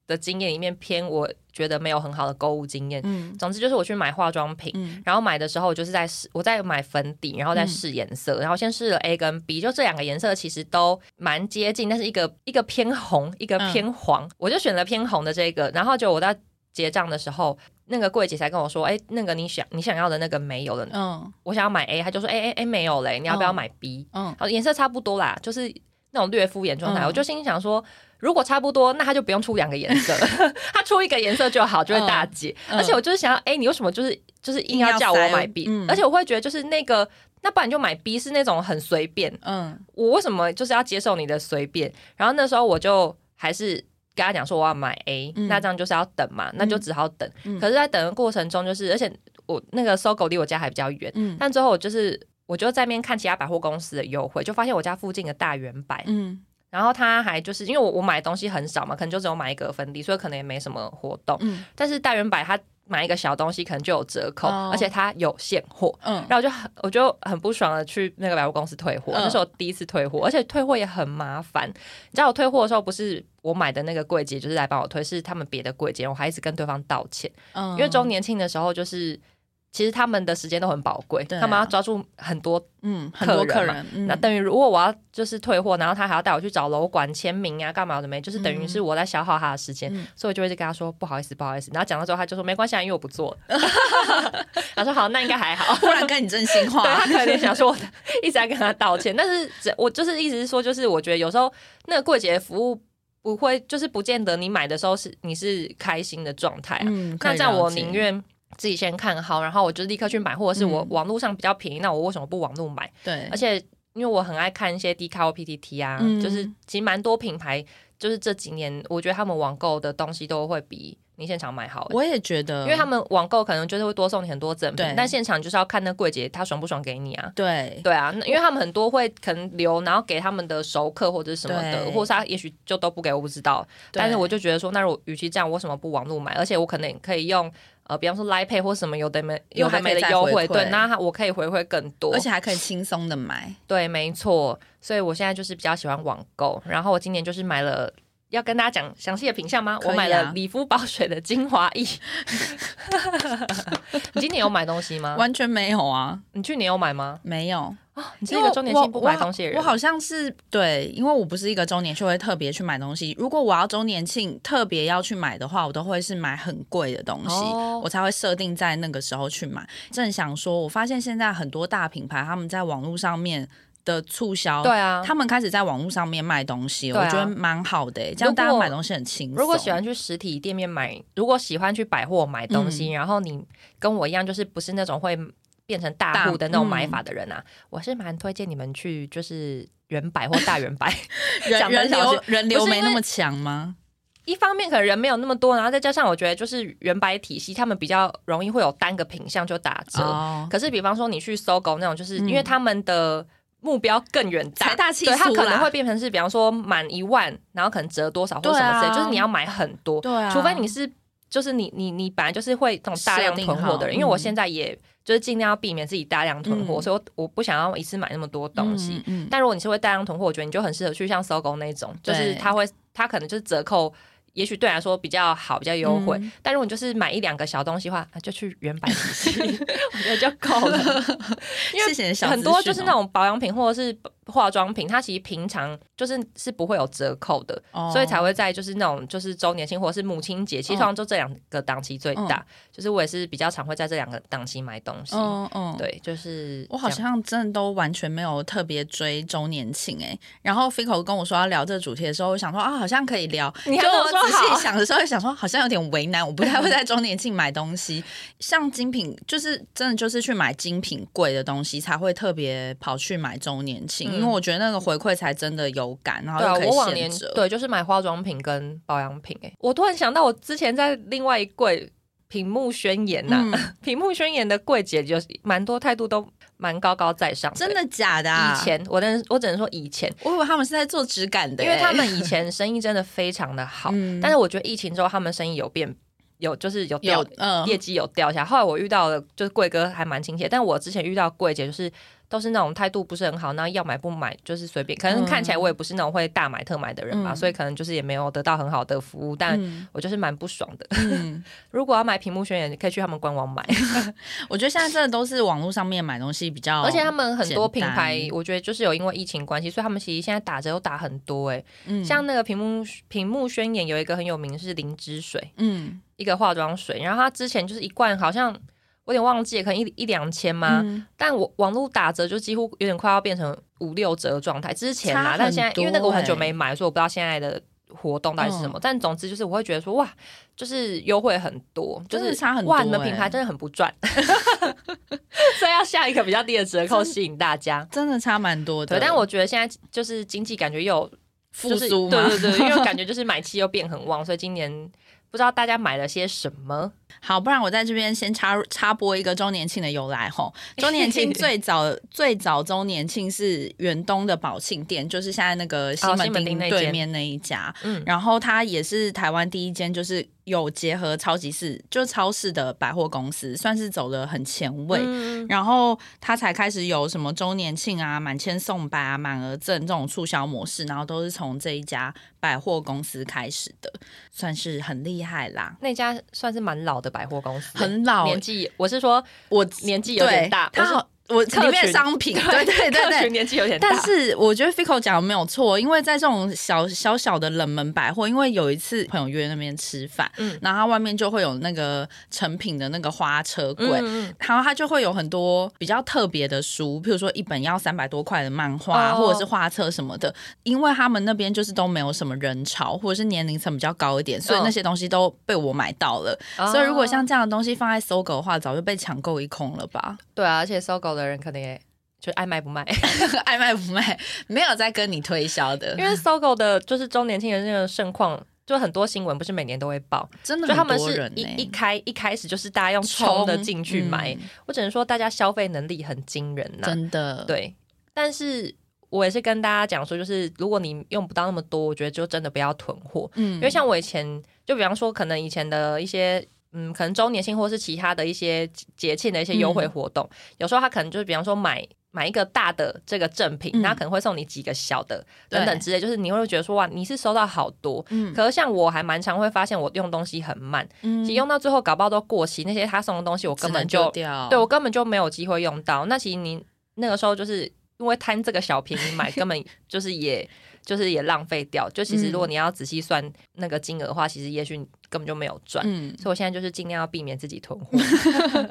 Speaker 1: 的经验里面偏我觉得没有很好的购物经验。
Speaker 2: 嗯
Speaker 1: 总之就是我去买化妆品，
Speaker 2: 嗯
Speaker 1: 然后买的时候，我就是在试，我在买粉底，然后再试颜色，然后先试了 A 跟 B，就这两个颜色其实都蛮接近，但是一个一个偏红，一个偏黄，我就选了偏红的这个，然后就我在结账的时候，那个柜姐才跟我说，哎，那个你想你想要的那个没有了，
Speaker 2: 嗯
Speaker 1: 我想要买 A，她就说，哎哎哎没有嘞，你要不要买 B？、
Speaker 2: 嗯，
Speaker 1: 好，颜色差不多啦，就是那种略敷衍状态。
Speaker 2: 嗯
Speaker 1: 我就心想说，如果差不多，那他就不用出两个颜色， [LAUGHS] 他出一个颜色就好，就会大姐。
Speaker 2: 嗯
Speaker 1: 而且我就是想要，哎、你为什么就是就是硬
Speaker 2: 硬
Speaker 1: 要
Speaker 2: 要
Speaker 1: 叫我
Speaker 2: 塞
Speaker 1: 买 B？、
Speaker 2: 嗯
Speaker 1: 而且我会觉得就是那个。那不然你就买 B 是那种很随便，
Speaker 2: 嗯
Speaker 1: 我为什么就是要接受你的随便？然后那时候我就还是跟他讲说我要买 A，、
Speaker 2: 嗯
Speaker 1: 那这样就是要等嘛，那就只好等。
Speaker 2: 嗯
Speaker 1: 可是，在等的过程中，就是而且我那个搜狗离我家还比较远，
Speaker 2: 嗯
Speaker 1: 但最后我就是我就在那边看其他百货公司的优惠，就发现我家附近的大圆百，
Speaker 2: 嗯
Speaker 1: 然后它还就是因为我我买东西很少嘛，可能就只有买一个粉底，所以可能也没什么活动。
Speaker 2: 嗯
Speaker 1: 但是大圆百它买一个小东西可能就有折扣，
Speaker 2: 哦
Speaker 1: 而且它有现货。
Speaker 2: 嗯
Speaker 1: 然后我就很我就很不爽的去那个百货公司退货，
Speaker 2: 嗯
Speaker 1: 那是我第一次退货，而且退货也很麻烦。你知道我退货的时候，不是我买的那个柜姐就是来帮我退，是他们别的柜姐，我还一直跟对方道歉。
Speaker 2: 嗯，
Speaker 1: 因为周年庆的时候，就是其实他们的时间都很宝贵，
Speaker 2: 对啊
Speaker 1: 他们要抓住很多。
Speaker 2: 嗯很多
Speaker 1: 客
Speaker 2: 客
Speaker 1: 人
Speaker 2: 人，嗯
Speaker 1: 那等于如果我要就是退货，然后他还要带我去找楼管签名啊，干嘛的没，就是等于是我在消耗他的时间，
Speaker 2: 嗯
Speaker 1: 所以我就会一直跟他说不好意思，不好意思。然后讲到之后，他就说没关系，啊，因为我不做。 [LAUGHS] 他说好，那应该还
Speaker 2: [LAUGHS]
Speaker 1: 好。
Speaker 2: 忽然跟你真心话，
Speaker 1: 对他可能想说， [LAUGHS] 我一直在跟他道歉，但是只我就是意思是说，就是我觉得有时候那个柜姐的服务不会，就是不见得你买的时候是你是开心的状态啊，
Speaker 2: 嗯，可
Speaker 1: 那
Speaker 2: 以
Speaker 1: 这样
Speaker 2: 了
Speaker 1: 我
Speaker 2: 解
Speaker 1: 宁愿自己先看好，然后我就立刻去买，或者是我
Speaker 2: 嗯
Speaker 1: 网络上比较便宜，那我为什么不网络买？
Speaker 2: 对，
Speaker 1: 而且因为我很爱看一些 D 卡 PTT 啊，
Speaker 2: 嗯
Speaker 1: 就是其实蛮多品牌，就是这几年我觉得他们网购的东西都会比你现场买好、欸
Speaker 2: 我也觉得，
Speaker 1: 因为他们网购可能就是会多送你很多赠品
Speaker 2: 对，
Speaker 1: 但现场就是要看那柜姐她爽不爽给你啊。
Speaker 2: 对
Speaker 1: 对啊，那因为他们很多会可能留，然后给他们的熟客或者是什么的，
Speaker 2: 对
Speaker 1: 或是他也许就都不给，我不知道。但是我就觉得说，那我与其这样，我为什么不网络买？而且我可能可以用呃，比方说 Line Pay 或什么有的没
Speaker 2: 有
Speaker 1: 有
Speaker 2: 的
Speaker 1: 的
Speaker 2: 没
Speaker 1: 没的
Speaker 2: 再
Speaker 1: 优
Speaker 2: 回
Speaker 1: 惠，对
Speaker 2: 馈，
Speaker 1: 那它我可以回馈更多，
Speaker 2: 而且还可以轻松的买。
Speaker 1: 对，没错，所以我现在就是比较喜欢网购，然后我今年就是买了。要跟大家讲详细的品相吗？
Speaker 2: 可以啊
Speaker 1: 我买了理肤宝水的精华
Speaker 2: [LAUGHS]
Speaker 1: 液。你今年有买东西吗？
Speaker 2: 完全没有啊，
Speaker 1: 你去年有买吗？
Speaker 2: 没有。
Speaker 1: 你是
Speaker 2: 因
Speaker 1: 一
Speaker 2: 为
Speaker 1: 个
Speaker 2: 我
Speaker 1: 周年庆不买东西的人
Speaker 2: 我好我好像是对，因为我不是一个周年庆会特别去买东西。如果我要周年庆特别要去买的话，我都会是买很贵的东西，
Speaker 1: 哦
Speaker 2: 我才会设定在那个时候去买。正想说，我发现现在很多大品牌他们在网络上面的促销，
Speaker 1: 对啊，
Speaker 2: 他们开始在网络上面卖东西，
Speaker 1: 对啊
Speaker 2: 我觉得蛮好的、欸，这样大家
Speaker 1: 如果
Speaker 2: 买东西很轻松。
Speaker 1: 如果喜欢去实体店面买，如果喜欢去百货买东西，
Speaker 2: 嗯
Speaker 1: 然后你跟我一样，就是不是那种会变成大户的那种买法的人
Speaker 2: 嗯
Speaker 1: 啊，我是蛮推荐你们去就是原百或大原百。
Speaker 2: [LAUGHS] 人
Speaker 1: 讲得
Speaker 2: 人
Speaker 1: 小
Speaker 2: 流
Speaker 1: 心
Speaker 2: 人流
Speaker 1: 不是
Speaker 2: 没
Speaker 1: 因
Speaker 2: 那
Speaker 1: 为
Speaker 2: 么强吗？
Speaker 1: 一方面可能人没有那么多，然后再加上我觉得就是原百体系，他们比较容易会有单个品相就打折。
Speaker 2: 哦，
Speaker 1: 可是比方说你去搜狗那种，就是
Speaker 2: 嗯
Speaker 1: 因为他们的。目标更远大，
Speaker 2: 财大气
Speaker 1: 对，它
Speaker 2: 粗
Speaker 1: 可能
Speaker 2: 啦
Speaker 1: 会变成是，比方说满一万，然后可能折多少或
Speaker 2: 对
Speaker 1: 什么
Speaker 2: 啊
Speaker 1: 之类，就是你要买很多，
Speaker 2: 对啊，
Speaker 1: 除非你是就是你你你本来就是会这种大量囤货的
Speaker 2: 设定好
Speaker 1: 人，因为我
Speaker 2: 嗯
Speaker 1: 现在也就是尽量要避免自己大量囤货，
Speaker 2: 嗯
Speaker 1: 所以我我不想要一次买那么多东西。
Speaker 2: 嗯，嗯
Speaker 1: 但如果你是会大量囤货，我觉得你就很适合去像搜狗那种，就是
Speaker 2: 对
Speaker 1: 它会它可能就是折扣。也许对来说比较好，比较优惠。
Speaker 2: 嗯
Speaker 1: 但如果你就是买一两个小东西的话，那啊就去原版体系，
Speaker 2: [LAUGHS]
Speaker 1: 我觉得就够 [LAUGHS] 了。因为
Speaker 2: 谢谢你的小
Speaker 1: 很多
Speaker 2: 资讯
Speaker 1: 就是
Speaker 2: 哦
Speaker 1: 那种保养品或者是化妆品，它其实平常就是是不会有折扣的。所以才
Speaker 2: 哦
Speaker 1: 会在就是那种就是周年庆或者是母亲节，其实
Speaker 2: 嗯
Speaker 1: 通常就这两个档期最大。就是我也是比较常会在这两个档期买东西。
Speaker 2: 嗯嗯，
Speaker 1: 对，就是
Speaker 2: 我好
Speaker 1: 这样
Speaker 2: 像真的都完全没有特别追周年庆哎、然后 Fico 跟我说要聊这个主题的时候，我想说啊，好像可以聊。
Speaker 1: 你还
Speaker 2: 结果
Speaker 1: 跟我说
Speaker 2: 我仔
Speaker 1: 好
Speaker 2: 细想的时候，想说好像有点为难，我
Speaker 1: [LAUGHS]
Speaker 2: 不太会在周年庆买东西。像精品，就是真的就是去买精品贵的东西，才会特别跑去买周年庆，
Speaker 1: 嗯
Speaker 2: 因为我觉得那个回馈才真的有感，然后
Speaker 1: 对啊，
Speaker 2: 又可
Speaker 1: 我往
Speaker 2: 以
Speaker 1: 年
Speaker 2: 现折。
Speaker 1: 对就是买化妆品跟保养品、欸。我突然想到，我之前在另外一柜屏幕宣言呐、
Speaker 2: 嗯
Speaker 1: 屏幕宣言的柜姐就是蛮多态度都蛮高高在上
Speaker 2: [LAUGHS] 真。的假的、啊？
Speaker 1: 以，前我能我只能说以前，
Speaker 2: 我以为他们是在做质感的、
Speaker 1: 因为他们以前生意真的非常的好，
Speaker 2: [LAUGHS] 嗯
Speaker 1: 但是我觉得疫情之后他们生意有变，有就是有掉
Speaker 2: 有嗯
Speaker 1: 业绩有掉下。后来我遇到的就是贵哥还蛮亲切，但我之前遇到贵姐就是都是那种态度不是很好，那要买不买就是随便，可能
Speaker 2: 嗯
Speaker 1: 看起来我也不是那种会大买特买的人吧，
Speaker 2: 嗯
Speaker 1: 所以可能就是也没有得到很好的服务，但。
Speaker 2: 嗯
Speaker 1: 我就是蛮不爽的。
Speaker 2: 嗯
Speaker 1: 如果要买屏幕宣言，你可以去他们官网买，
Speaker 2: 我觉得现在真的都是网络上面买东西比较，
Speaker 1: 而且他们很多品
Speaker 2: 简单
Speaker 1: 牌，我觉得就是有因为疫情关系，所以他们其实现在打折又打很多、欸。
Speaker 2: 嗯
Speaker 1: 像那个屏幕屏幕宣言有一个很有名是灵芝水，
Speaker 2: 嗯
Speaker 1: 一个化妆水，然后它之前就是一罐好像我有点忘记了，可能一一两千嘛，
Speaker 2: 嗯
Speaker 1: 但我网络打折就几乎有点快要变成五六折状态，之前
Speaker 2: 差
Speaker 1: 啦
Speaker 2: 很，
Speaker 1: 但现在因为那个我
Speaker 2: 多欸嗯
Speaker 1: 很久没买，所以我不知道现在的活动到底是什么。但总之就是我会觉得说哇，就是优惠很多，就
Speaker 2: 真的
Speaker 1: 是
Speaker 2: 差很多
Speaker 1: 哇，你们品
Speaker 2: 欸
Speaker 1: 牌真的很不赚， [LAUGHS] 所以要下一个比较低的折扣吸引大家。
Speaker 2: 真的差蛮多的。
Speaker 1: 对，但我觉得现在就是经济感觉又有
Speaker 2: 复
Speaker 1: 就是
Speaker 2: 苏嘛，
Speaker 1: 对对对，因为感
Speaker 2: [LAUGHS]
Speaker 1: 觉就是买气又变很旺，所以今年不知道大家买了些什么。
Speaker 2: 好，不然我在这边先插入插播一个周年庆的由来吼。周
Speaker 1: [LAUGHS]
Speaker 2: 年庆最早最早周年庆是远东的宝庆店，就是现在那个西
Speaker 1: 哦西
Speaker 2: 门
Speaker 1: 门町
Speaker 2: 町
Speaker 1: 那
Speaker 2: 对
Speaker 1: 间
Speaker 2: 面那一家。
Speaker 1: 嗯
Speaker 2: 然后它也是台湾第一间，就是有结合超级市，就是超市的百货公司，算是走的很前卫。
Speaker 1: 嗯
Speaker 2: 然后他才开始有什么周年庆啊、满千送百啊、满额赠这种促销模式，然后都是从这一家百货公司开始的，算是很厉害啦。
Speaker 1: 那家算是蛮老的百货公司，
Speaker 2: 很老
Speaker 1: 年纪，我是说
Speaker 2: 我
Speaker 1: 年纪有
Speaker 2: 对
Speaker 1: 点大，
Speaker 2: 他
Speaker 1: 我是
Speaker 2: 好，我
Speaker 1: 客
Speaker 2: 里面
Speaker 1: 群
Speaker 2: 的商品，对对对
Speaker 1: 客
Speaker 2: 对
Speaker 1: 群，年纪有点大，
Speaker 2: 但是我觉得 Fico 讲的没有错，因为在这种小小小的冷门百货，因为有一次朋友约那边吃饭，
Speaker 1: 嗯
Speaker 2: 然后它外面就会有那个成品的那个花车柜，
Speaker 1: 嗯嗯
Speaker 2: 然后它就会有很多比较特别的书，譬如说一本要三百多块的漫画、
Speaker 1: 哦
Speaker 2: 或者是画册什么的，因为他们那边就是都没有什么人潮，或者是年龄层比较高一点，所以
Speaker 1: 嗯
Speaker 2: 那些东西都被我买到了。
Speaker 1: 哦
Speaker 2: 所以如果像这样的东西放在搜狗的话，早就被抢购一空了吧？ [LAUGHS]
Speaker 1: 对啊，而且搜狗的人可能也就爱卖不卖，
Speaker 2: 爱卖不卖，没有在跟你推销的，
Speaker 1: 因为搜狗的就是周年庆的那个盛况。就很多新闻不是每年都会报，
Speaker 2: 真的
Speaker 1: 就他
Speaker 2: 很
Speaker 1: 们
Speaker 2: 多
Speaker 1: 是
Speaker 2: 人
Speaker 1: 一
Speaker 2: 呢、
Speaker 1: 一开一开始就是大家用冲的进去买，
Speaker 2: 嗯
Speaker 1: 我只能说大家消费能力很惊人呐、
Speaker 2: 真的，
Speaker 1: 对，但是我也是跟大家讲说，就是如果你用不到那么多，我觉得就真的不要囤货，
Speaker 2: 嗯
Speaker 1: 因为像我以前，就比方说，可能以前的一些嗯，可能周年庆或是其他的一些节节庆的一些优惠活动，嗯有时候他可能就是比方说买买一个大的这个赠品，
Speaker 2: 嗯
Speaker 1: 那、可能会送你几个小的
Speaker 2: 对
Speaker 1: 等等之类，就是你会觉得说哇，你是收到好多。
Speaker 2: 嗯
Speaker 1: 可是像我还蛮常会发现，我用东西很慢，
Speaker 2: 嗯
Speaker 1: 其实用到最后搞不好都过期，那些他送的东西我根本
Speaker 2: 只能
Speaker 1: 就
Speaker 2: 丢掉，
Speaker 1: 对我根本就没有机会用到。那其实你那个时候就是因为贪这个小便宜买，根本就是也就是也浪费
Speaker 2: [LAUGHS]
Speaker 1: 掉。就其实如果你要仔细算那个金额的话，其实也许你根本就没有赚。
Speaker 2: 嗯，
Speaker 1: 所以我现在就是尽量要避免自己囤货。 [LAUGHS]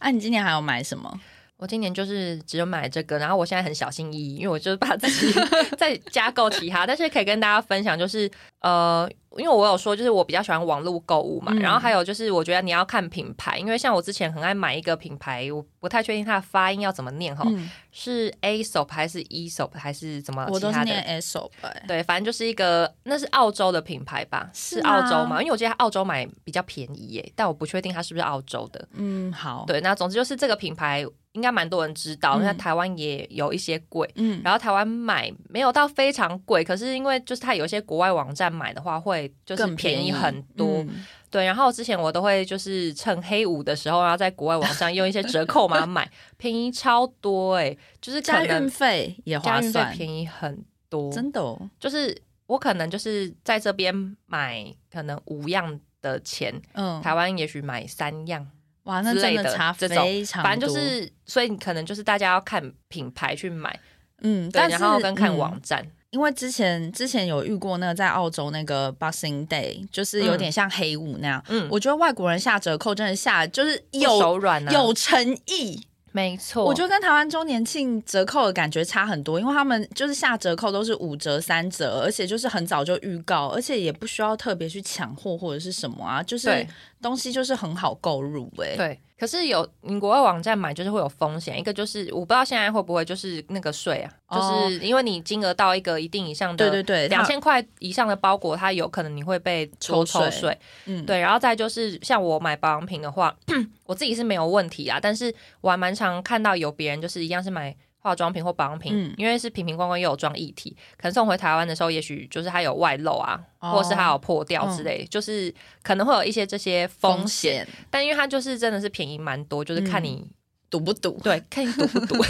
Speaker 2: 啊，你今年还有买什么？
Speaker 1: 我今年就是只有买这个，然后我现在很小心翼翼，因为我就是怕自己 [LAUGHS] 再加购其他。但是可以跟大家分享，就是呃，因为我有说，就是我比较喜欢网络购物嘛，
Speaker 2: 嗯
Speaker 1: 然后还有就是我觉得你要看品牌，因为像我之前很爱买一个品牌，我不太确定它的发音要怎么念哈，
Speaker 2: 嗯，
Speaker 1: 是 A SOP 还是 E SOP 还是怎么
Speaker 2: 我
Speaker 1: 其
Speaker 2: 都是
Speaker 1: 他
Speaker 2: 念
Speaker 1: 的？
Speaker 2: S O 呗。
Speaker 1: 对，反正就是一个，那是澳洲的品牌吧？
Speaker 2: 是
Speaker 1: 是澳洲
Speaker 2: 吗
Speaker 1: 嘛？因为我记得它澳洲买比较便宜耶，但我不确定它是不是澳洲的。
Speaker 2: 嗯，好，，
Speaker 1: 对，那总之就是这个品牌应该蛮多人知道，
Speaker 2: 嗯
Speaker 1: 那、台湾也有一些贵。
Speaker 2: 嗯，
Speaker 1: 然后台湾买没有到非常贵，可是因为就是它有一些国外网站买的话，会就是
Speaker 2: 更
Speaker 1: 便宜
Speaker 2: 宜
Speaker 1: 很多。
Speaker 2: 嗯
Speaker 1: 对，然后之前我都会就是趁黑五的时候，然后在国外网站用一些折扣码买， [LAUGHS] 便宜超多哎、就是可
Speaker 2: 加运
Speaker 1: 能
Speaker 2: 费也
Speaker 1: 加
Speaker 2: 划
Speaker 1: 运费
Speaker 2: 算，
Speaker 1: 便宜很多，
Speaker 2: 真的哦，
Speaker 1: 就是我可能就是在这边买可能五样的钱，
Speaker 2: 嗯，
Speaker 1: 台湾也许买三样。
Speaker 2: 哇，那
Speaker 1: 之
Speaker 2: 真
Speaker 1: 类的
Speaker 2: 差
Speaker 1: 这种
Speaker 2: 非常多，
Speaker 1: 反正就是，所以你可能就是大家要看品牌去买，
Speaker 2: 嗯，
Speaker 1: 对，
Speaker 2: 但
Speaker 1: 然后
Speaker 2: 是
Speaker 1: 跟看
Speaker 2: 嗯
Speaker 1: 网站，
Speaker 2: 因为之前之前有遇过那个在澳洲那个 Boxing Day，就是有点像黑五那样。
Speaker 1: 嗯，
Speaker 2: 我觉得外国人下折扣真的下就是
Speaker 1: 不
Speaker 2: 有
Speaker 1: 手软啊，哦
Speaker 2: 有诚意，
Speaker 1: 没错，
Speaker 2: 我觉得跟台湾周年庆折扣的感觉差很多，因为他们就是下折扣都是五折、三折，而且就是很早就预告，而且也不需要特别去抢货或者是什么啊，就是
Speaker 1: 对
Speaker 2: 东西就是很好购入哎、
Speaker 1: 对。可是有你国外网站买就是会有风险，一个就是我不知道现在会不会就是那个税啊，
Speaker 2: 哦
Speaker 1: 就是因为你金额到一个一定以上的，
Speaker 2: 对对对，
Speaker 1: 两
Speaker 2: 它
Speaker 1: 千块以上的包裹，它有可能你会被多
Speaker 2: 抽
Speaker 1: 抽
Speaker 2: 税
Speaker 1: 税。
Speaker 2: 嗯
Speaker 1: 对，然后再就是像我买保养品的话， [CLEARS THROAT] 我自己是没有问题啦，啊但是我还蛮常看到有别人就是一样是买化妆品或保养品，
Speaker 2: 嗯
Speaker 1: 因为是瓶瓶罐罐又有装液体，可能送回台湾的时候，也许就是它有外漏啊，
Speaker 2: 哦嗯
Speaker 1: 或者是它有破掉之类，就是可能会有一些这些风险。
Speaker 2: 风险嗯
Speaker 1: 但因为它就是真的是便宜蛮多，就是看你、
Speaker 2: 赌不赌？
Speaker 1: 对看你赌不赌，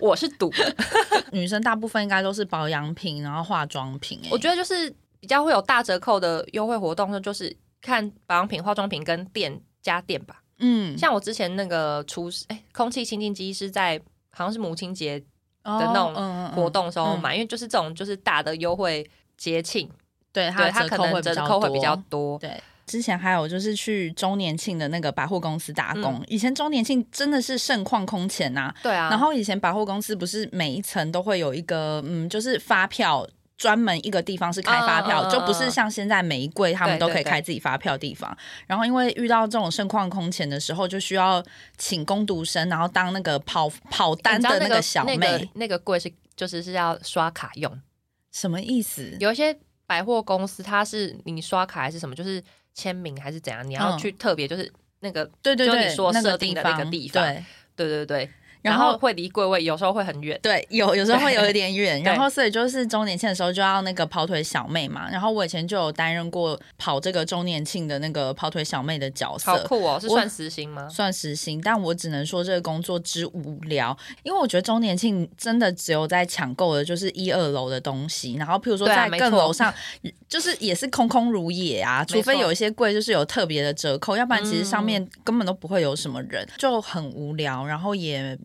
Speaker 1: 我是赌的，
Speaker 2: [LAUGHS] 女生大部分应该都是保养品，然后化妆品、欸。
Speaker 1: 我觉得就是比较会有大折扣的优惠活动，那就是看保养品、化妆品跟店家店吧。
Speaker 2: 嗯
Speaker 1: 像我之前那个厨师，哎、空气清净机是在好像是母亲节
Speaker 2: 的
Speaker 1: 那种活
Speaker 2: 活，
Speaker 1: 动的时候买，因为就是这种就是大的优惠节庆，
Speaker 2: 对
Speaker 1: 对它
Speaker 2: 它
Speaker 1: 可能折扣会比较多。
Speaker 2: 多。对，之前还有就是去周年庆的那个百货公司打工，
Speaker 1: 嗯
Speaker 2: 以前周年庆真的是盛况空前呐、
Speaker 1: 对啊，
Speaker 2: 然后以前百货公司不是每一层都会有一个嗯，就是发票。专门一个地方是开发
Speaker 1: 嗯
Speaker 2: 票，
Speaker 1: 嗯嗯嗯
Speaker 2: 就不是像现在每一柜他们
Speaker 1: 对
Speaker 2: 都
Speaker 1: 对
Speaker 2: 可以
Speaker 1: 对
Speaker 2: 开自己发票的地方。然后因为遇到这种盛况空前的时候，就需要请工读生，然后当那个跑跑
Speaker 1: 诶
Speaker 2: 单
Speaker 1: 哎你知道
Speaker 2: 的
Speaker 1: 那
Speaker 2: 个小妹，
Speaker 1: 那个那个柜是就是是要刷卡用，
Speaker 2: 什么意思？
Speaker 1: 有一些百货公司它是你刷卡还是什么，就是签名还是怎样，你要
Speaker 2: 嗯
Speaker 1: 去特别就是那个，
Speaker 2: 对对
Speaker 1: 就
Speaker 2: 对，
Speaker 1: 你说
Speaker 2: 那个
Speaker 1: 设定的那个地方
Speaker 2: 对，
Speaker 1: 对对对，然
Speaker 2: 然后
Speaker 1: 后会离柜位有时候会很远。
Speaker 2: 对，有有时候会有一
Speaker 1: [LAUGHS]
Speaker 2: 点远，
Speaker 1: 对
Speaker 2: 然后所以就是周年庆的时候就要那个跑腿小妹嘛，然后我以前就有担任过跑这个周年庆的那个跑腿小妹的角
Speaker 1: 好
Speaker 2: 色。
Speaker 1: 酷哦！是
Speaker 2: 我
Speaker 1: 算时薪吗？
Speaker 2: 算实薪，但我只能说这个工作之无聊，因为我觉得周年庆真的只有在抢购的就是一二楼的东西，然后譬如说
Speaker 1: 对啊
Speaker 2: 在
Speaker 1: 没
Speaker 2: 更
Speaker 1: 错
Speaker 2: 楼上， [LAUGHS] 就是也是空空如也啊，除
Speaker 1: 没
Speaker 2: 非
Speaker 1: 错嗯
Speaker 2: 有一些柜就是有特别的折扣，要不然其实上面根本都不会有什么人，就很无聊，然后也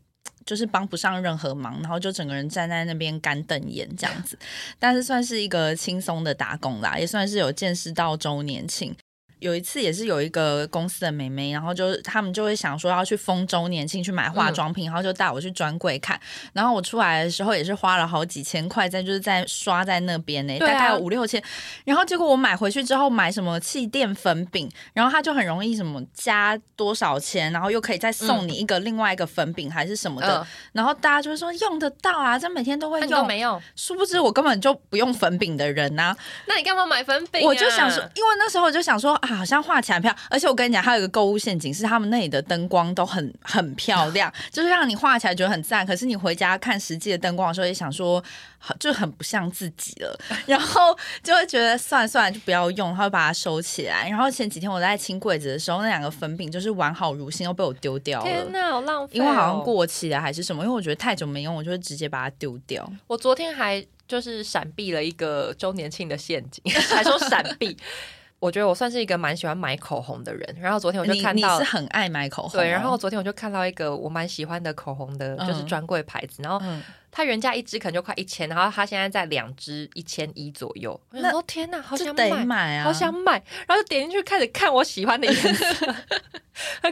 Speaker 2: 就是帮不上任何忙，然后就整个人站在那边干瞪眼这样子。但是算是一个轻松的打工啦，也算是有见识到周年庆。有一次也是有一个公司的妹妹，然后就是他们就会想说要去丰周年庆去买化妆品，然后就带我去专柜看。然后我出来的时候也是花了好几千块在就是在刷在那边呢、
Speaker 1: 对啊
Speaker 2: 大概有五六千。然后结果我买回去之后买什么气垫粉饼，然后它就很容易什么加多少钱，然后又可以再送你一个另外一个粉饼还是什么的。
Speaker 1: 嗯，
Speaker 2: 然后大家就会说用得到啊，这每天都会
Speaker 1: 那你都
Speaker 2: 用。
Speaker 1: 没有，
Speaker 2: 殊不知我根本就不用粉饼的人呐、
Speaker 1: 那你干嘛买粉饼、啊？
Speaker 2: 我就想说，因为那时候我就想说啊，好像画起来很漂亮。而且我跟你讲，还有一个购物陷阱是他们那里的灯光都很很
Speaker 1: [LAUGHS]
Speaker 2: 漂亮，就是让你画起来觉得很赞。可是你回家看实际的灯光的时候，也想说好就很不像自己
Speaker 1: [LAUGHS]
Speaker 2: 了，然后就会觉得算了算了，就不要用，他会把它收起来。然后前几天我在清柜子的时候，那两个粉饼就是完好如新，又被我丢掉
Speaker 1: 天
Speaker 2: 了。
Speaker 1: 哪，好浪费、哦
Speaker 2: 因为好像，过期了还是什么，因为我觉得太久没用，我就会直接把它丢掉。
Speaker 1: 我昨天还就是闪避了一个周年庆的陷
Speaker 2: [LAUGHS]
Speaker 1: 阱，还说闪避。我觉得我算是一个蛮喜欢买口红的人，然后昨天我就
Speaker 2: 你
Speaker 1: 看
Speaker 2: 你
Speaker 1: 到
Speaker 2: 是很爱买口红哦、
Speaker 1: 对，然后昨天我就看到一个我蛮喜欢的口红的，就是
Speaker 2: 嗯
Speaker 1: 专柜牌子，然后
Speaker 2: 嗯，
Speaker 1: 它原价一支可能就快一千，然后它现在在两支一千一左右。我想
Speaker 2: 那
Speaker 1: 说天哪，好
Speaker 2: 就
Speaker 1: 想
Speaker 2: 得
Speaker 1: 买，
Speaker 2: 买啊，
Speaker 1: 好想买，然后就点进去开始看我喜欢的颜色，
Speaker 2: [LAUGHS]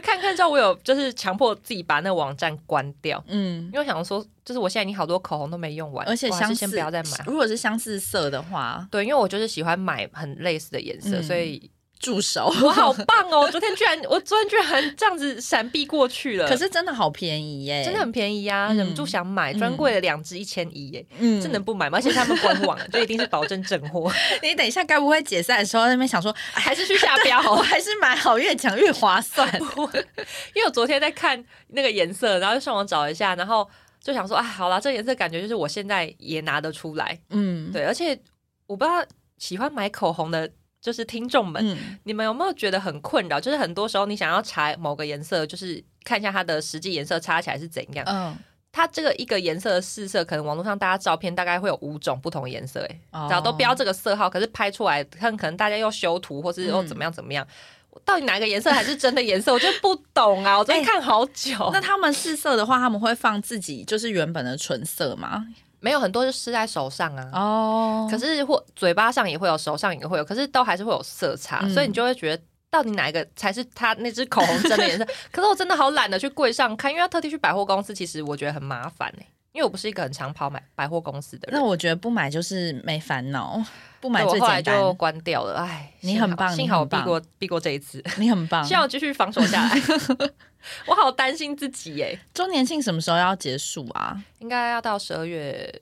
Speaker 1: 看看之后我有就是强迫自己把那网站关掉，
Speaker 2: 嗯
Speaker 1: 因。为我想说，就是我现在已经好多口红都没用完，
Speaker 2: 而且
Speaker 1: 我还
Speaker 2: 相
Speaker 1: 是
Speaker 2: 似，
Speaker 1: 先不要再买。
Speaker 2: 如果是相似色的话，
Speaker 1: 对，因为我就是喜欢买很类似的颜色，
Speaker 2: 嗯
Speaker 1: 所以
Speaker 2: 助手。
Speaker 1: 我好棒哦！我昨天居然，我昨天居然这样子闪避过去了。
Speaker 2: 可是真的好便宜耶，
Speaker 1: 真的很便宜啊，
Speaker 2: 嗯
Speaker 1: 忍不住想买，专柜的两只一千一耶，
Speaker 2: 嗯
Speaker 1: 这能不买吗？而且他们官网就一定是保证正
Speaker 2: [LAUGHS]
Speaker 1: 货，
Speaker 2: 你等一下，该不会解散的时候在那边想说，
Speaker 1: 还是去下标好
Speaker 2: 我
Speaker 1: 了。
Speaker 2: 还是买好，越讲越划算。
Speaker 1: [LAUGHS] 因为我昨天在看那个颜色，然后就上网找一下，然后就想说，啊，好啦，这个颜色感觉就是我现在也拿得出来，
Speaker 2: 嗯，，
Speaker 1: 对，而且我不知道喜欢买口红的，就是听众们，
Speaker 2: 嗯，
Speaker 1: 你们有没有觉得很困扰？就是很多时候你想要查某个颜色，就是看一下它的实际颜色擦起来是怎样。
Speaker 2: 嗯，
Speaker 1: 它这个一个颜色的试色，可能网络上大家照片大概会有五种不同的颜色，哎，
Speaker 2: 哦
Speaker 1: 然后都标这个色号，可是拍出来，看可能大家又修图，或是又怎么样怎么样，到底哪个颜色才是真的颜色？我就不懂啊！我昨天看好久，
Speaker 2: 那他们试色的话，他们会放自己就是原本的唇色吗？
Speaker 1: 没有很多就试在手上啊。
Speaker 2: 哦
Speaker 1: 可
Speaker 2: 是
Speaker 1: 是或嘴巴上也会有，手上也会有，可是都还是会有色差，
Speaker 2: 嗯
Speaker 1: 所以你就会觉得。到底哪一个才是他那支口红真的颜
Speaker 2: [LAUGHS]
Speaker 1: 色？可是我真的好懒得去柜上看，因为要特地去百货公司，其实我觉得很麻烦哎、因为我不是一个很常跑买百货公司的人。
Speaker 2: 那我觉得不买就是没烦恼，不买
Speaker 1: 对
Speaker 2: 最
Speaker 1: 我后来
Speaker 2: 简
Speaker 1: 就
Speaker 2: 单。
Speaker 1: 关掉了。哎，
Speaker 2: 你
Speaker 1: 幸好
Speaker 2: 很棒
Speaker 1: 幸好我
Speaker 2: 你很
Speaker 1: 避
Speaker 2: 棒
Speaker 1: 过避过这一次，
Speaker 2: 你很棒
Speaker 1: 希。望我继续防守下来。
Speaker 2: [LAUGHS]
Speaker 1: 我好担心自己耶，
Speaker 2: 周年庆什么时候要结束啊？
Speaker 1: 应该要到十二月，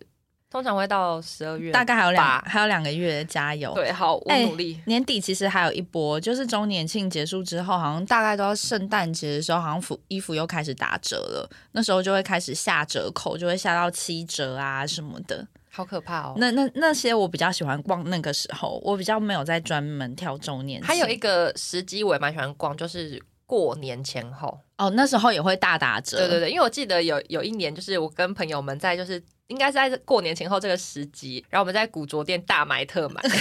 Speaker 1: 通常会到十二月，
Speaker 2: 大概还有两
Speaker 1: 吧
Speaker 2: 还有两个月，加油。
Speaker 1: 对，好，我
Speaker 2: 哎
Speaker 1: 努力。
Speaker 2: 年底其实还有一波，就是周年庆结束之后，好像大概都要圣诞节的时候，好像服衣服又开始打折了。那时候就会开始下折扣，就会下到七折啊什么的。
Speaker 1: 好可怕哦！
Speaker 2: 那那那些我比较喜欢逛那个时候，我比较没有在专门挑周年庆。
Speaker 1: 还有一个时机我也蛮喜欢逛，就是过年前后。
Speaker 2: 哦，那时候也会大打折。
Speaker 1: 对对对，因为我记得有有一年，就是我跟朋友们在就是。应该是在过年前后这个时机，然后我们在古着店大买特买，
Speaker 2: 对，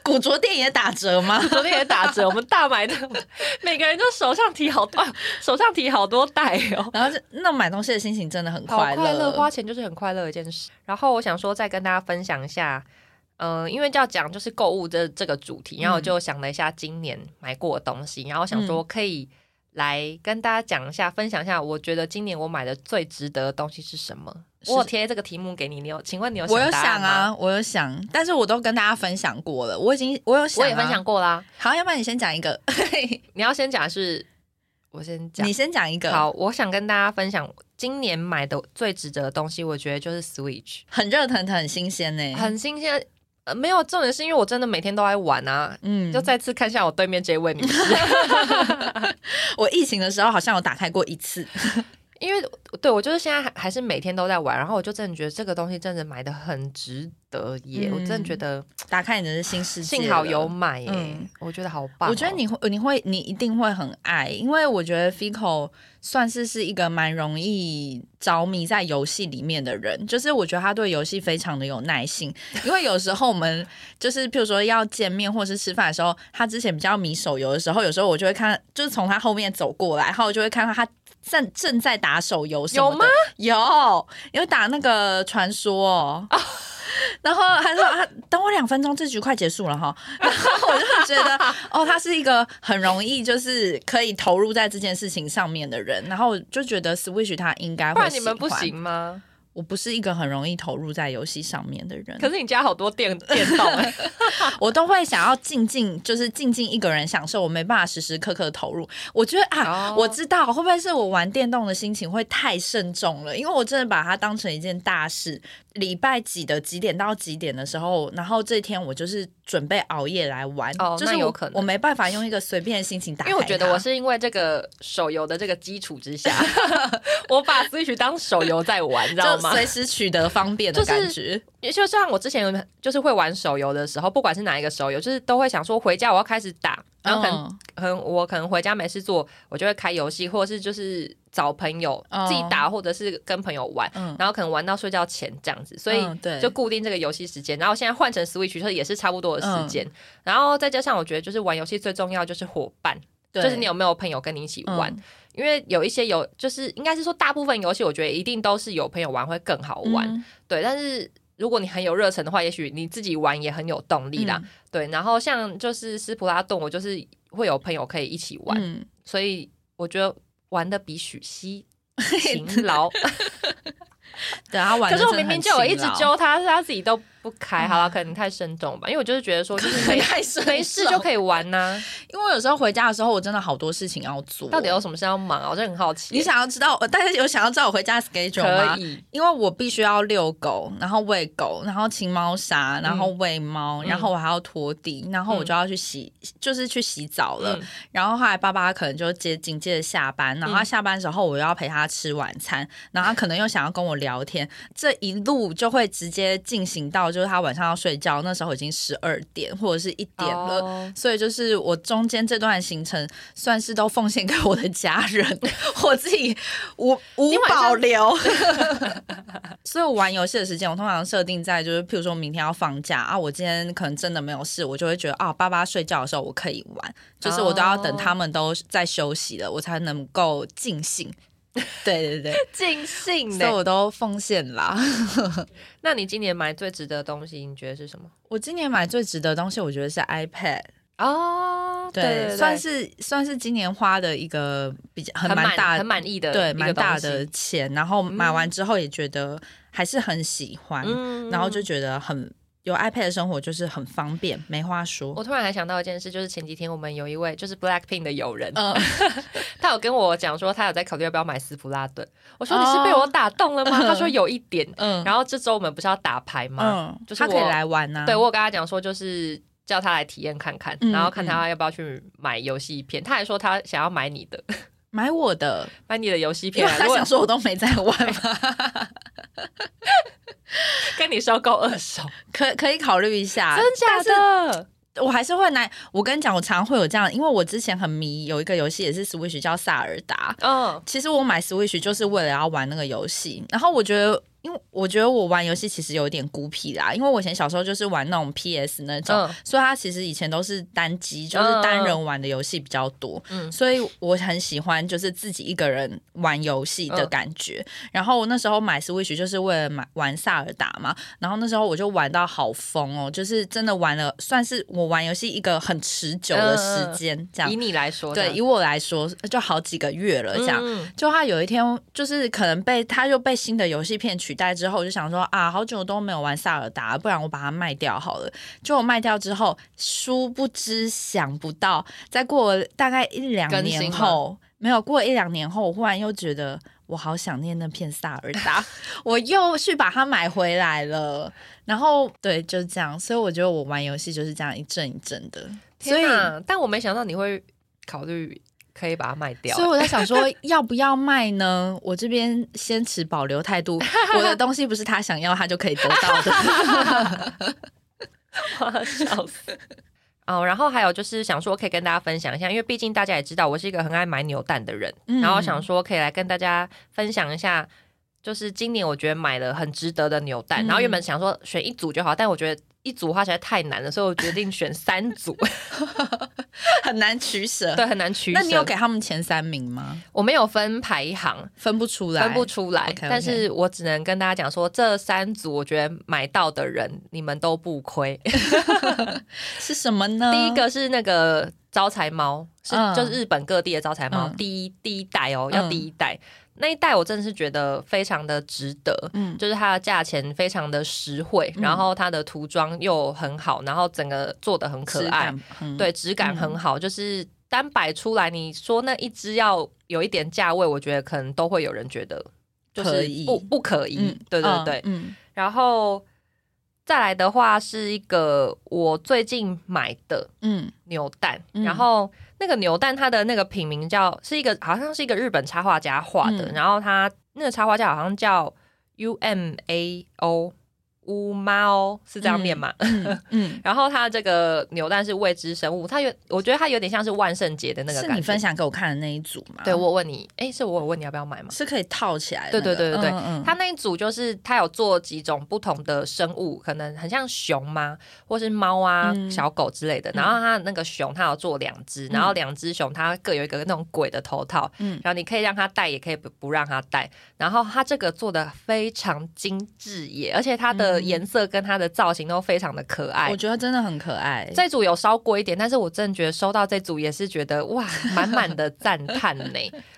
Speaker 2: 古着店也打折
Speaker 1: [LAUGHS]
Speaker 2: 吗？
Speaker 1: 昨天也打折，我们大买特买， [LAUGHS] 每个人就手上提好多，啊手上提好多袋哦，
Speaker 2: 然后就那买东西的心情真的很
Speaker 1: 好
Speaker 2: 快乐。
Speaker 1: 快乐，花钱就是很快乐的一件事。然后我想说再跟大家分享一下，嗯，因为要讲就是购物这这个主题，然后我就想了一下今年买过的东西，然后想说可以来跟大家讲一下，分享一下，我觉得今年我买的最值得的东西是什么。
Speaker 2: 是
Speaker 1: 我有贴这个题目给你，你有？请问你有？
Speaker 2: 我有想，啊，我有想，但是我都跟大家分享过了。我已经我有想、
Speaker 1: 我
Speaker 2: 啊
Speaker 1: 啊也分享。过啦。
Speaker 2: 好，要不然你先讲一个，
Speaker 1: 你要先讲还是我先讲
Speaker 2: 你？先讲一个。
Speaker 1: 好，我想跟大家分享今年买的最值得的东西，我觉得就是 Switch。
Speaker 2: 很热腾腾，很新鲜呢、
Speaker 1: 很新鲜。呃，没有，重点是因为我真的每天都在玩啊。
Speaker 2: 嗯，
Speaker 1: 就
Speaker 2: 就在
Speaker 1: 再次看向我对面这位女士， [LAUGHS]
Speaker 2: 我疫情的时候好像有打开过一次， [SNIFFS]
Speaker 1: 因为对我就是现在还还是每天都在玩，然后我就真的觉得这个东西真的买的很值得耶，
Speaker 2: 嗯
Speaker 1: 我真的觉得
Speaker 2: 打开你的新世界。
Speaker 1: 幸好有。买耶，
Speaker 2: 嗯
Speaker 1: 我觉得好棒哦、
Speaker 2: 我觉得你会，你会，你一定会很爱，因为我觉得 Fico 算是是一个蛮容易着迷在游戏里面的人，就是我觉得他对游戏非常的有耐心，因为有时候我们就是譬如说要见面或是吃饭的时候，他之前比较迷手游的时候，有时候我就会看，就是从他后面走过来，然后我就会看到他正正在打手游什么的，有有打那个传说哦。然后他说：“啊，等我两分钟，这局快结束了哈。” [LAUGHS] 然后我就会觉得，哦，他是一个很容易就是可以投入在这件事情上面的人。然后我就觉得 Switch 他应该
Speaker 1: 不
Speaker 2: 会
Speaker 1: 然
Speaker 2: 喜
Speaker 1: 你
Speaker 2: 欢。
Speaker 1: 们不行吗？
Speaker 2: 我不是一个很容易投入在游戏上面的人，
Speaker 1: 可是你家好多 [LAUGHS] 电电动、
Speaker 2: [LAUGHS]
Speaker 1: 欸，
Speaker 2: 我都会想要静静，就是静静一个人享受，我没办法时时刻刻投入。我觉得啊
Speaker 1: 哦
Speaker 2: 我知道会不会是我玩电动的心情会太慎重了，因为我真的把它当成一件大事。礼拜几的几点到几点的时候，然后这天我就是准备熬夜来玩，
Speaker 1: 哦
Speaker 2: 就是
Speaker 1: 那有
Speaker 2: 我
Speaker 1: 可能
Speaker 2: 我没办法用一个随便的心情打
Speaker 1: 因
Speaker 2: 开它，
Speaker 1: 为我觉得我是因为这个手游的这个基础之下， [LAUGHS] 我把 Switch 当手游在玩，你知道
Speaker 2: 就
Speaker 1: 吗？
Speaker 2: 随时取得方便的
Speaker 1: 就是
Speaker 2: 感觉。
Speaker 1: 也就像我之前有就是会玩手游的时候，不管是哪一个手游，就是都会想说回家我要开始打，然后可能、
Speaker 2: 嗯
Speaker 1: 可能我可能回家没事做，我就会开游戏，或者是就是找朋友、
Speaker 2: 哦
Speaker 1: 自己打，或者是跟朋友玩，
Speaker 2: 嗯
Speaker 1: 然后可能玩到睡觉前这样子，所以
Speaker 2: 嗯对
Speaker 1: 就固定这个游戏时间。然后现在换成 Switch，就是也是差不多的
Speaker 2: 嗯
Speaker 1: 时间。然后再加上我觉得就是玩游戏最重要就是伙伴，
Speaker 2: 对
Speaker 1: 就是你有没有朋友跟你一起玩。
Speaker 2: 嗯
Speaker 1: 因为有一些游，就是应该是说大部分游戏，我觉得一定都是有朋友玩会更好玩。
Speaker 2: 嗯
Speaker 1: 对，但是如果你很有热忱的话，也许你自己玩也很有动力啦。
Speaker 2: 嗯
Speaker 1: 对，然后像就是斯普拉顿，我就是会有朋友可以一起玩，
Speaker 2: 嗯
Speaker 1: 所以我觉得玩的比许
Speaker 2: [LAUGHS]
Speaker 1: 熙勤劳。
Speaker 2: 对他玩
Speaker 1: 可是
Speaker 2: 得
Speaker 1: 我
Speaker 2: 真的
Speaker 1: 明明
Speaker 2: 很
Speaker 1: 就有
Speaker 2: 勤
Speaker 1: 一直
Speaker 2: 劳嗯
Speaker 1: 揪 [LAUGHS] 他，是他自己都不开。好了，可能太慎重吧，因为我就是觉得说，就是
Speaker 2: [LAUGHS]
Speaker 1: 没
Speaker 2: 太深
Speaker 1: 没事就可以玩
Speaker 2: [LAUGHS]
Speaker 1: 呐、
Speaker 2: 因为我有时候回家的时候，我真的好多事情要做。
Speaker 1: 到底有什么事要忙啊？我就很好奇。
Speaker 2: 你想要知道？呃大家有想要知道我回家的 schedule
Speaker 1: 可
Speaker 2: 吗？
Speaker 1: 以？
Speaker 2: 因为我必须要遛狗，然后喂狗，然后清猫砂，然后喂猫，
Speaker 1: 嗯
Speaker 2: 然后我还要拖地，然后我就要去洗，就是去洗澡了。
Speaker 1: 嗯嗯
Speaker 2: 然后后来爸爸可能就接紧接着下班，然后他下班的时候我又要陪他吃晚餐，然后他可能又想要跟我聊天， [LAUGHS] 这一路就会直接进行到就是他晚上要睡觉，那时候已经十二点或者是一点了。
Speaker 1: 哦
Speaker 2: 所以就是我中间这段行程算是都奉献给我的家人， [LAUGHS] 我自己无无
Speaker 1: 你晚上
Speaker 2: 保留。 [LAUGHS] 所以我玩游戏的时间，我通常设定在就是，譬如说明天要放假啊，我今天可能真的没有事，我就会觉得啊，爸爸睡觉的时候我可以玩，就是我都要
Speaker 1: 哦
Speaker 2: 等他们都在休息了，我才能够尽兴。 [LAUGHS] 对
Speaker 1: [LAUGHS]
Speaker 2: 对对，
Speaker 1: 尽兴呢、
Speaker 2: 所以我都奉献啦。 [LAUGHS]
Speaker 1: 那你今年买最值得的东西，你觉得是什么？
Speaker 2: 我今年买最值得的东西，我觉得是 iPad。
Speaker 1: 哦，
Speaker 2: 对，
Speaker 1: 对对，
Speaker 2: 算是算是今年花的一个比较很
Speaker 1: 很
Speaker 2: 蛮大
Speaker 1: 很满意的，
Speaker 2: 对蛮大的。钱，然后买完之后也觉得还是很喜欢，
Speaker 1: 嗯
Speaker 2: 然后就觉得很有 iPad 的生活就是很方便，没话说。
Speaker 1: 我突然还想到一件事，就是前几天我们有一位就是 Blackpink 的友人，
Speaker 2: 嗯，
Speaker 1: 他有跟我讲说他有在考虑要不要买斯普拉顿。我说
Speaker 2: 哦
Speaker 1: 你是被我打动了吗？
Speaker 2: 嗯
Speaker 1: 他说有一点。
Speaker 2: [LAUGHS] 嗯
Speaker 1: 然后这周我们不是要打牌吗？
Speaker 2: 嗯，
Speaker 1: 就是
Speaker 2: 他可以
Speaker 1: 我
Speaker 2: 来玩啊呐、
Speaker 1: 对我有跟他讲说就是。叫他来体验看看，
Speaker 2: 嗯
Speaker 1: 然后看他要不要去买游戏片。他还说他想要买你的，
Speaker 2: 买我
Speaker 1: [LAUGHS]
Speaker 2: 的，
Speaker 1: 买你的游戏
Speaker 2: 因
Speaker 1: 片
Speaker 2: 为
Speaker 1: 啊，
Speaker 2: 他
Speaker 1: 如果
Speaker 2: 想说我都没在玩嘛，
Speaker 1: 跟你收购二手，啊
Speaker 2: 可可以考虑一下。
Speaker 1: 真假的？
Speaker 2: 我还是会拿，我跟你讲，我常会有这样，因为我之前很迷有一个游戏也是 Switch 叫萨尔达，
Speaker 1: 嗯，
Speaker 2: 其实我买 Switch 就是为了要玩那个游戏，然后我觉得。因为我觉得我玩游戏其实有点孤僻啦，因为我以前小时候就是玩那种 PS 那种，
Speaker 1: 嗯
Speaker 2: 所以它其实以前都是单机，就是单人玩的游戏比较多，
Speaker 1: 嗯
Speaker 2: 所以我很喜欢就是自己一个人玩游戏
Speaker 1: 嗯
Speaker 2: 的感觉。然后我那时候买 Switch 就是为了买玩萨尔达嘛，然后那时候我就玩到好疯哦，就是真的玩了，算是我玩游戏一个很持久的时间，这
Speaker 1: 嗯
Speaker 2: 样
Speaker 1: 以你来说，
Speaker 2: 对，以我来说就好几个月了这样。
Speaker 1: 嗯
Speaker 2: 就他有一天，就是可能被他就被新的游戏片取代之后，我就想说啊，好久都没有玩萨尔达了，不然我把它卖掉好了。就我卖掉之后，殊不知想不到，再过了大概一两
Speaker 1: 更新
Speaker 2: 年
Speaker 1: 吗
Speaker 2: 后，没有过一两年后，我忽然又觉得我好想念那片萨尔达，我又去把它买回来了。然后对，就是这样。所以我觉得我玩游戏就是这样一阵一阵的。所
Speaker 1: 所
Speaker 2: 以
Speaker 1: 以，但我没想到你会考虑可以把它卖掉
Speaker 2: 所以。我在想说，要不要卖呢？我这边先持保留态度，我的东西不是他想要，他就可以得
Speaker 1: [LAUGHS]
Speaker 2: 到的。
Speaker 1: 笑死。哦，然后还有就是想说可以跟大家分享一下，因为毕竟大家也知道我是一个很爱买扭蛋的人，
Speaker 2: 嗯
Speaker 1: 然后想说可以来跟大家分享一下，就是今年我觉得买了很值得的扭蛋，
Speaker 2: 嗯
Speaker 1: 然后原本想说选一组就好，但我觉得一组的话实在太难了，所以我决定选三
Speaker 2: [LAUGHS]
Speaker 1: 组，
Speaker 2: 很难取舍。
Speaker 1: 对，很难取舍。
Speaker 2: 那你有给他们前三名吗？
Speaker 1: 我没有分排行，
Speaker 2: 分不出来，
Speaker 1: 分不出来
Speaker 2: OK，OK
Speaker 1: 但是我只能跟大家讲说，这三组我觉得买到的人你们都不亏。
Speaker 2: 是什么呢？
Speaker 1: 第一个是那个招财猫，是、
Speaker 2: 嗯
Speaker 1: 就是日本各地的招财猫，
Speaker 2: 嗯
Speaker 1: 第一第一代哦，要
Speaker 2: 嗯
Speaker 1: 第一代。那一代我真的是觉得非常的值得，
Speaker 2: 嗯
Speaker 1: 就是它的价钱非常的实惠，
Speaker 2: 嗯
Speaker 1: 然后它的涂装又很好，然后整个做的很可
Speaker 2: 质
Speaker 1: 爱
Speaker 2: 感，，嗯，
Speaker 1: 对，质感很好，就是单摆出来，你说那一只要有一点价位，我觉得可能都会有人觉得就是
Speaker 2: 可以
Speaker 1: 不不可以，对对对。
Speaker 2: 嗯
Speaker 1: 然后再来的话是一个我最近买的
Speaker 2: 嗯
Speaker 1: 牛蛋，
Speaker 2: 嗯
Speaker 1: 然后那个牛蛋它的那个品名叫是一个好像是一个日本插画家画的，
Speaker 2: 嗯
Speaker 1: 然后他那个插画家好像叫 U M A O。乌猫是这样念吗？
Speaker 2: 嗯
Speaker 1: [LAUGHS]
Speaker 2: 嗯，
Speaker 1: 然后它这个扭蛋是未知生物，它有，我觉得它有点像是万圣节的那个
Speaker 2: 是
Speaker 1: 感
Speaker 2: 你
Speaker 1: 觉。
Speaker 2: 分享给我看的那一组吗？
Speaker 1: 对，我问你，哎，是我有问你要不要买吗？
Speaker 2: 是可以套起来的
Speaker 1: 对
Speaker 2: 那个，
Speaker 1: 对对对对
Speaker 2: 嗯，嗯
Speaker 1: 它那一组就是它有做几种不同的生物，可能很像熊嘛，或是猫啊、
Speaker 2: 嗯
Speaker 1: 小狗之类的。然后它那个熊，它有做两只，然后两只熊它各有一个那种鬼的头套，
Speaker 2: 嗯
Speaker 1: 然后你可以让它戴，也可以不不让它戴。然后它这个做的非常精致耶，而且它的
Speaker 2: 嗯
Speaker 1: 颜色跟它的造型都非常的可爱。
Speaker 2: 我觉得真的很可爱。
Speaker 1: 这组有稍贵一点，但是我真的觉得收到这组也是觉得哇，满满的赞叹呢。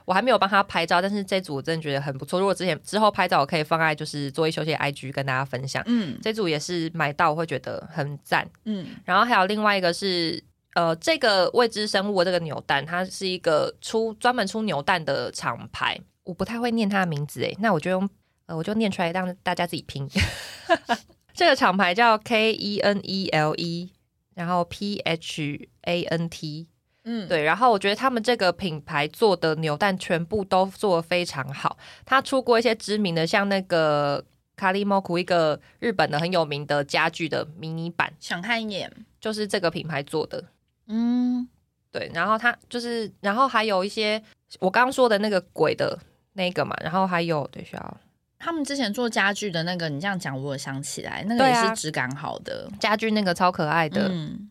Speaker 1: 我还没有帮他拍照，但是这组我真的觉得很不错。如果之前之后拍照，我可以放在就是做一休息的 IG 跟大家分享。
Speaker 2: 嗯
Speaker 1: 这组也是买到，我会觉得很赞。
Speaker 2: 嗯
Speaker 1: 然后还有另外一个是，呃，这个未知生物的这个扭蛋，它是一个出专门出扭蛋的厂牌，我不太会念它的名字欸诶，那我就用呃，我就念出来让大家自己拼。 [LAUGHS] 这个厂牌叫 K E N E L E，然后 P H A N T，
Speaker 2: 嗯，
Speaker 1: 对，然后我觉得他们这个品牌做的扭蛋全部都做得非常好，他出过一些知名的，像那个。卡利莫库一个日本的很有名的家具的迷你版，
Speaker 2: 想看一眼。
Speaker 1: 就是这个品牌做的。
Speaker 2: 嗯，
Speaker 1: 对，然后它就是，然后还有一些我刚刚说的那个鬼的那个嘛，然后还有对需要
Speaker 2: 他们之前做家具的那个，你这样讲我有想起来，那个
Speaker 1: 对
Speaker 2: 也
Speaker 1: 啊
Speaker 2: 是质感好的。
Speaker 1: 家具那个超可爱的。
Speaker 2: 嗯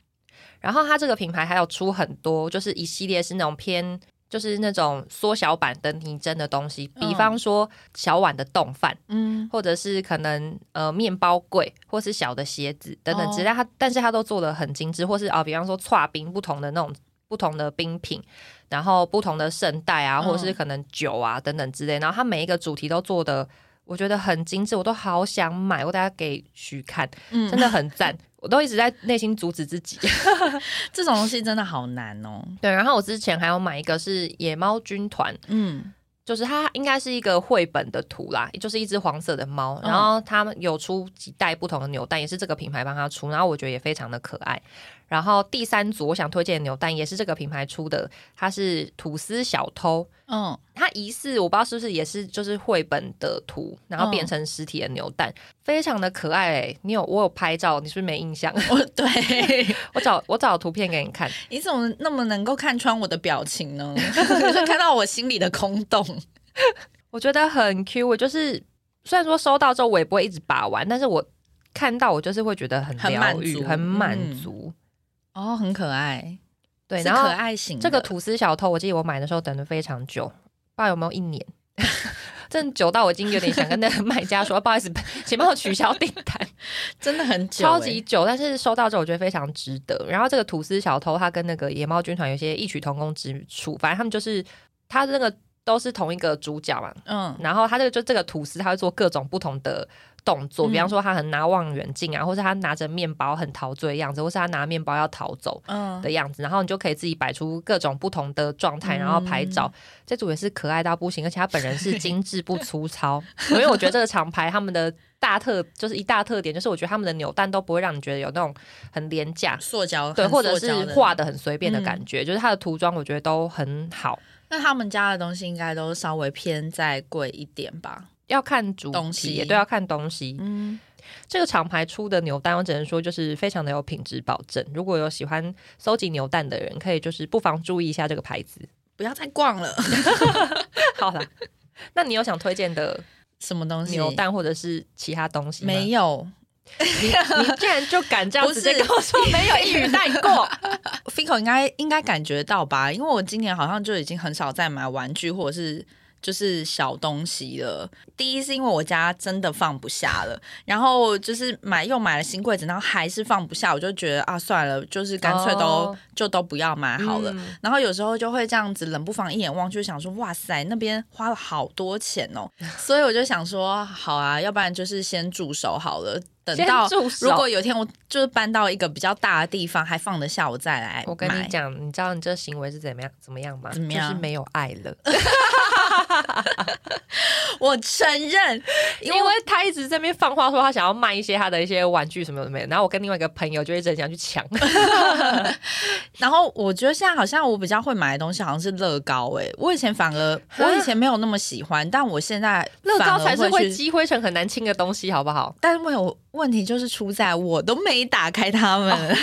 Speaker 1: 然后它这个品牌还有出很多，就是一系列是那种偏就是那种缩小版的拟真的东西，比
Speaker 2: 嗯
Speaker 1: 方说小碗的冻饭，
Speaker 2: 嗯，
Speaker 1: 或者是可能呃面包柜，或是小的鞋子等等
Speaker 2: 哦
Speaker 1: 之类，它但是它都做的很精致，或是啊、比方说刨冰不同的那种不同的冰品，然后不同的圣代啊，
Speaker 2: 嗯
Speaker 1: 或者是可能酒啊等等之类，然后它每一个主题都做的。我觉得很精致，我都好想买，我大家给许看，
Speaker 2: 嗯
Speaker 1: 真的 [LAUGHS] 很赞。我都一直在内心阻止自己。
Speaker 2: [LAUGHS] 这种东西真的好难哦。
Speaker 1: [LAUGHS] 对，然后我之前还有买一个是野猫军团，
Speaker 2: 嗯
Speaker 1: 就是它应该是一个绘本的图啦，就是一只黄色的猫，
Speaker 2: 嗯
Speaker 1: 然后他们有出几代不同的扭蛋，也是这个品牌帮它出，然后我觉得也非常的可爱。然后第三组我想推荐的扭蛋也是这个品牌出的，它是吐司小偷，
Speaker 2: 嗯
Speaker 1: 它疑似我不知道是不是也是就是绘本的图，然后变成实体的扭蛋，非常的可爱诶、欸你有我有拍照，你是不是没印象？ [LAUGHS]
Speaker 2: 我 [LAUGHS] 对， [LAUGHS]
Speaker 1: 我找我找图片给你看，
Speaker 2: 你怎么那么能够看穿我的表情呢？ [LAUGHS] 就看到我心里的空洞。
Speaker 1: 我觉得很 Q，我就是虽然说收到之后我也不会一直把玩，但是我看到我就是会觉得很
Speaker 2: 很
Speaker 1: 疗愈、
Speaker 2: 满足
Speaker 1: 很满
Speaker 2: 嗯
Speaker 1: 足。
Speaker 2: 哦，很可爱，
Speaker 1: 对，
Speaker 2: 是
Speaker 1: 然
Speaker 2: 可
Speaker 1: 后
Speaker 2: 爱型的。
Speaker 1: 这个吐司小偷，我记得我买的时候等了非常久，不知道有没有一年。 [LAUGHS] 真的久到我已经有点想跟那个卖家说，不 [LAUGHS] 好意思，请帮我取消
Speaker 2: [LAUGHS]
Speaker 1: 订
Speaker 2: 欸
Speaker 1: 单，
Speaker 2: 真的很久
Speaker 1: 超
Speaker 2: 欸、
Speaker 1: 级久。但是收到之后，我觉得非常值得。然后这个吐司小偷，他跟那个野猫军团有些异曲同工之处，反正他们就是他那个都是同一个主角嘛，
Speaker 2: 嗯
Speaker 1: 然后他这个就这个吐司，他会做各种不同的动作，
Speaker 2: 嗯
Speaker 1: 比方说他很拿望远镜啊，或是他拿着面包很陶醉的样子，或是他拿面包要逃走
Speaker 2: 嗯
Speaker 1: 的样子，然后你就可以自己摆出各种不同的状态，
Speaker 2: 嗯
Speaker 1: 然后拍照。这组也是可爱到不行，而且他本人是精致不粗糙，因为我觉得这个厂牌他们的。大特就是一大特点，就是我觉得他们的扭蛋都不会让你觉得有那种很廉价，
Speaker 2: 塑胶
Speaker 1: 对，
Speaker 2: 很
Speaker 1: 或者
Speaker 2: 塑
Speaker 1: 是
Speaker 2: 胶的嗯
Speaker 1: 画的很随便的感觉，就是它的涂装我觉得都很好，
Speaker 2: 那他们家的东西应该都稍微偏再贵一点吧？
Speaker 1: 要看主
Speaker 2: 东
Speaker 1: 题
Speaker 2: 西
Speaker 1: 也都要看东西，
Speaker 2: 嗯，
Speaker 1: 这个厂牌出的牛蛋，我只能说就是非常的有品质保证。如果有喜欢搜集牛蛋的人，可以就是不妨注意一下这个牌子。 [LAUGHS]
Speaker 2: 不要再逛了。 [LAUGHS]
Speaker 1: 好啦，那你有想推荐的
Speaker 2: 什么东西？
Speaker 1: 牛蛋或者是其他东西吗？ [LAUGHS]
Speaker 2: 没有
Speaker 1: 你竟然就敢这样直接
Speaker 2: 不
Speaker 1: 跟
Speaker 2: 是
Speaker 1: 我说没有一语带
Speaker 2: [LAUGHS]
Speaker 1: 过，
Speaker 2: ，Fico 应该应该感觉到吧？因为我今年好像就已经很少在买玩具或者是就是小东西了。第一是因为我家真的放不下了，然后就是买又买了新柜子，然后还是放不下，我就觉得啊算了，就是干脆都、
Speaker 1: 哦
Speaker 2: 就都不要买好了。
Speaker 1: 嗯
Speaker 2: 然后有时候就会这样子冷不防一眼望去，想说哇塞，那边花了好多钱哦，所以我就想说，好啊，要不然就是先住手好了，等
Speaker 1: 先
Speaker 2: 到
Speaker 1: 住手
Speaker 2: 如果有一天我就是搬到一个比较大的地方还放得下，我再来
Speaker 1: 我跟你
Speaker 2: 买
Speaker 1: 讲，你知道你这行为是怎么样怎么样吗？
Speaker 2: 怎么样
Speaker 1: 就是没有爱
Speaker 2: [LAUGHS]
Speaker 1: 了，
Speaker 2: 我承认，
Speaker 1: 因为他一直在那边放话说他想要卖一些他的一些玩具什么的没的，然后我跟另外一个朋友就一直很想去
Speaker 2: [LAUGHS]
Speaker 1: 抢，
Speaker 2: 然后我觉得现在好像我比较会买的东西好像是乐高、欸，我以前反而
Speaker 1: 哈
Speaker 2: 我以前没有那么喜欢，但我现在
Speaker 1: 乐
Speaker 2: 反而
Speaker 1: 高才是
Speaker 2: 会
Speaker 1: 会
Speaker 2: 去。
Speaker 1: 积灰尘很难清的东西，好不好？
Speaker 2: 但问有问题就是出在我都没打开它们， [LAUGHS]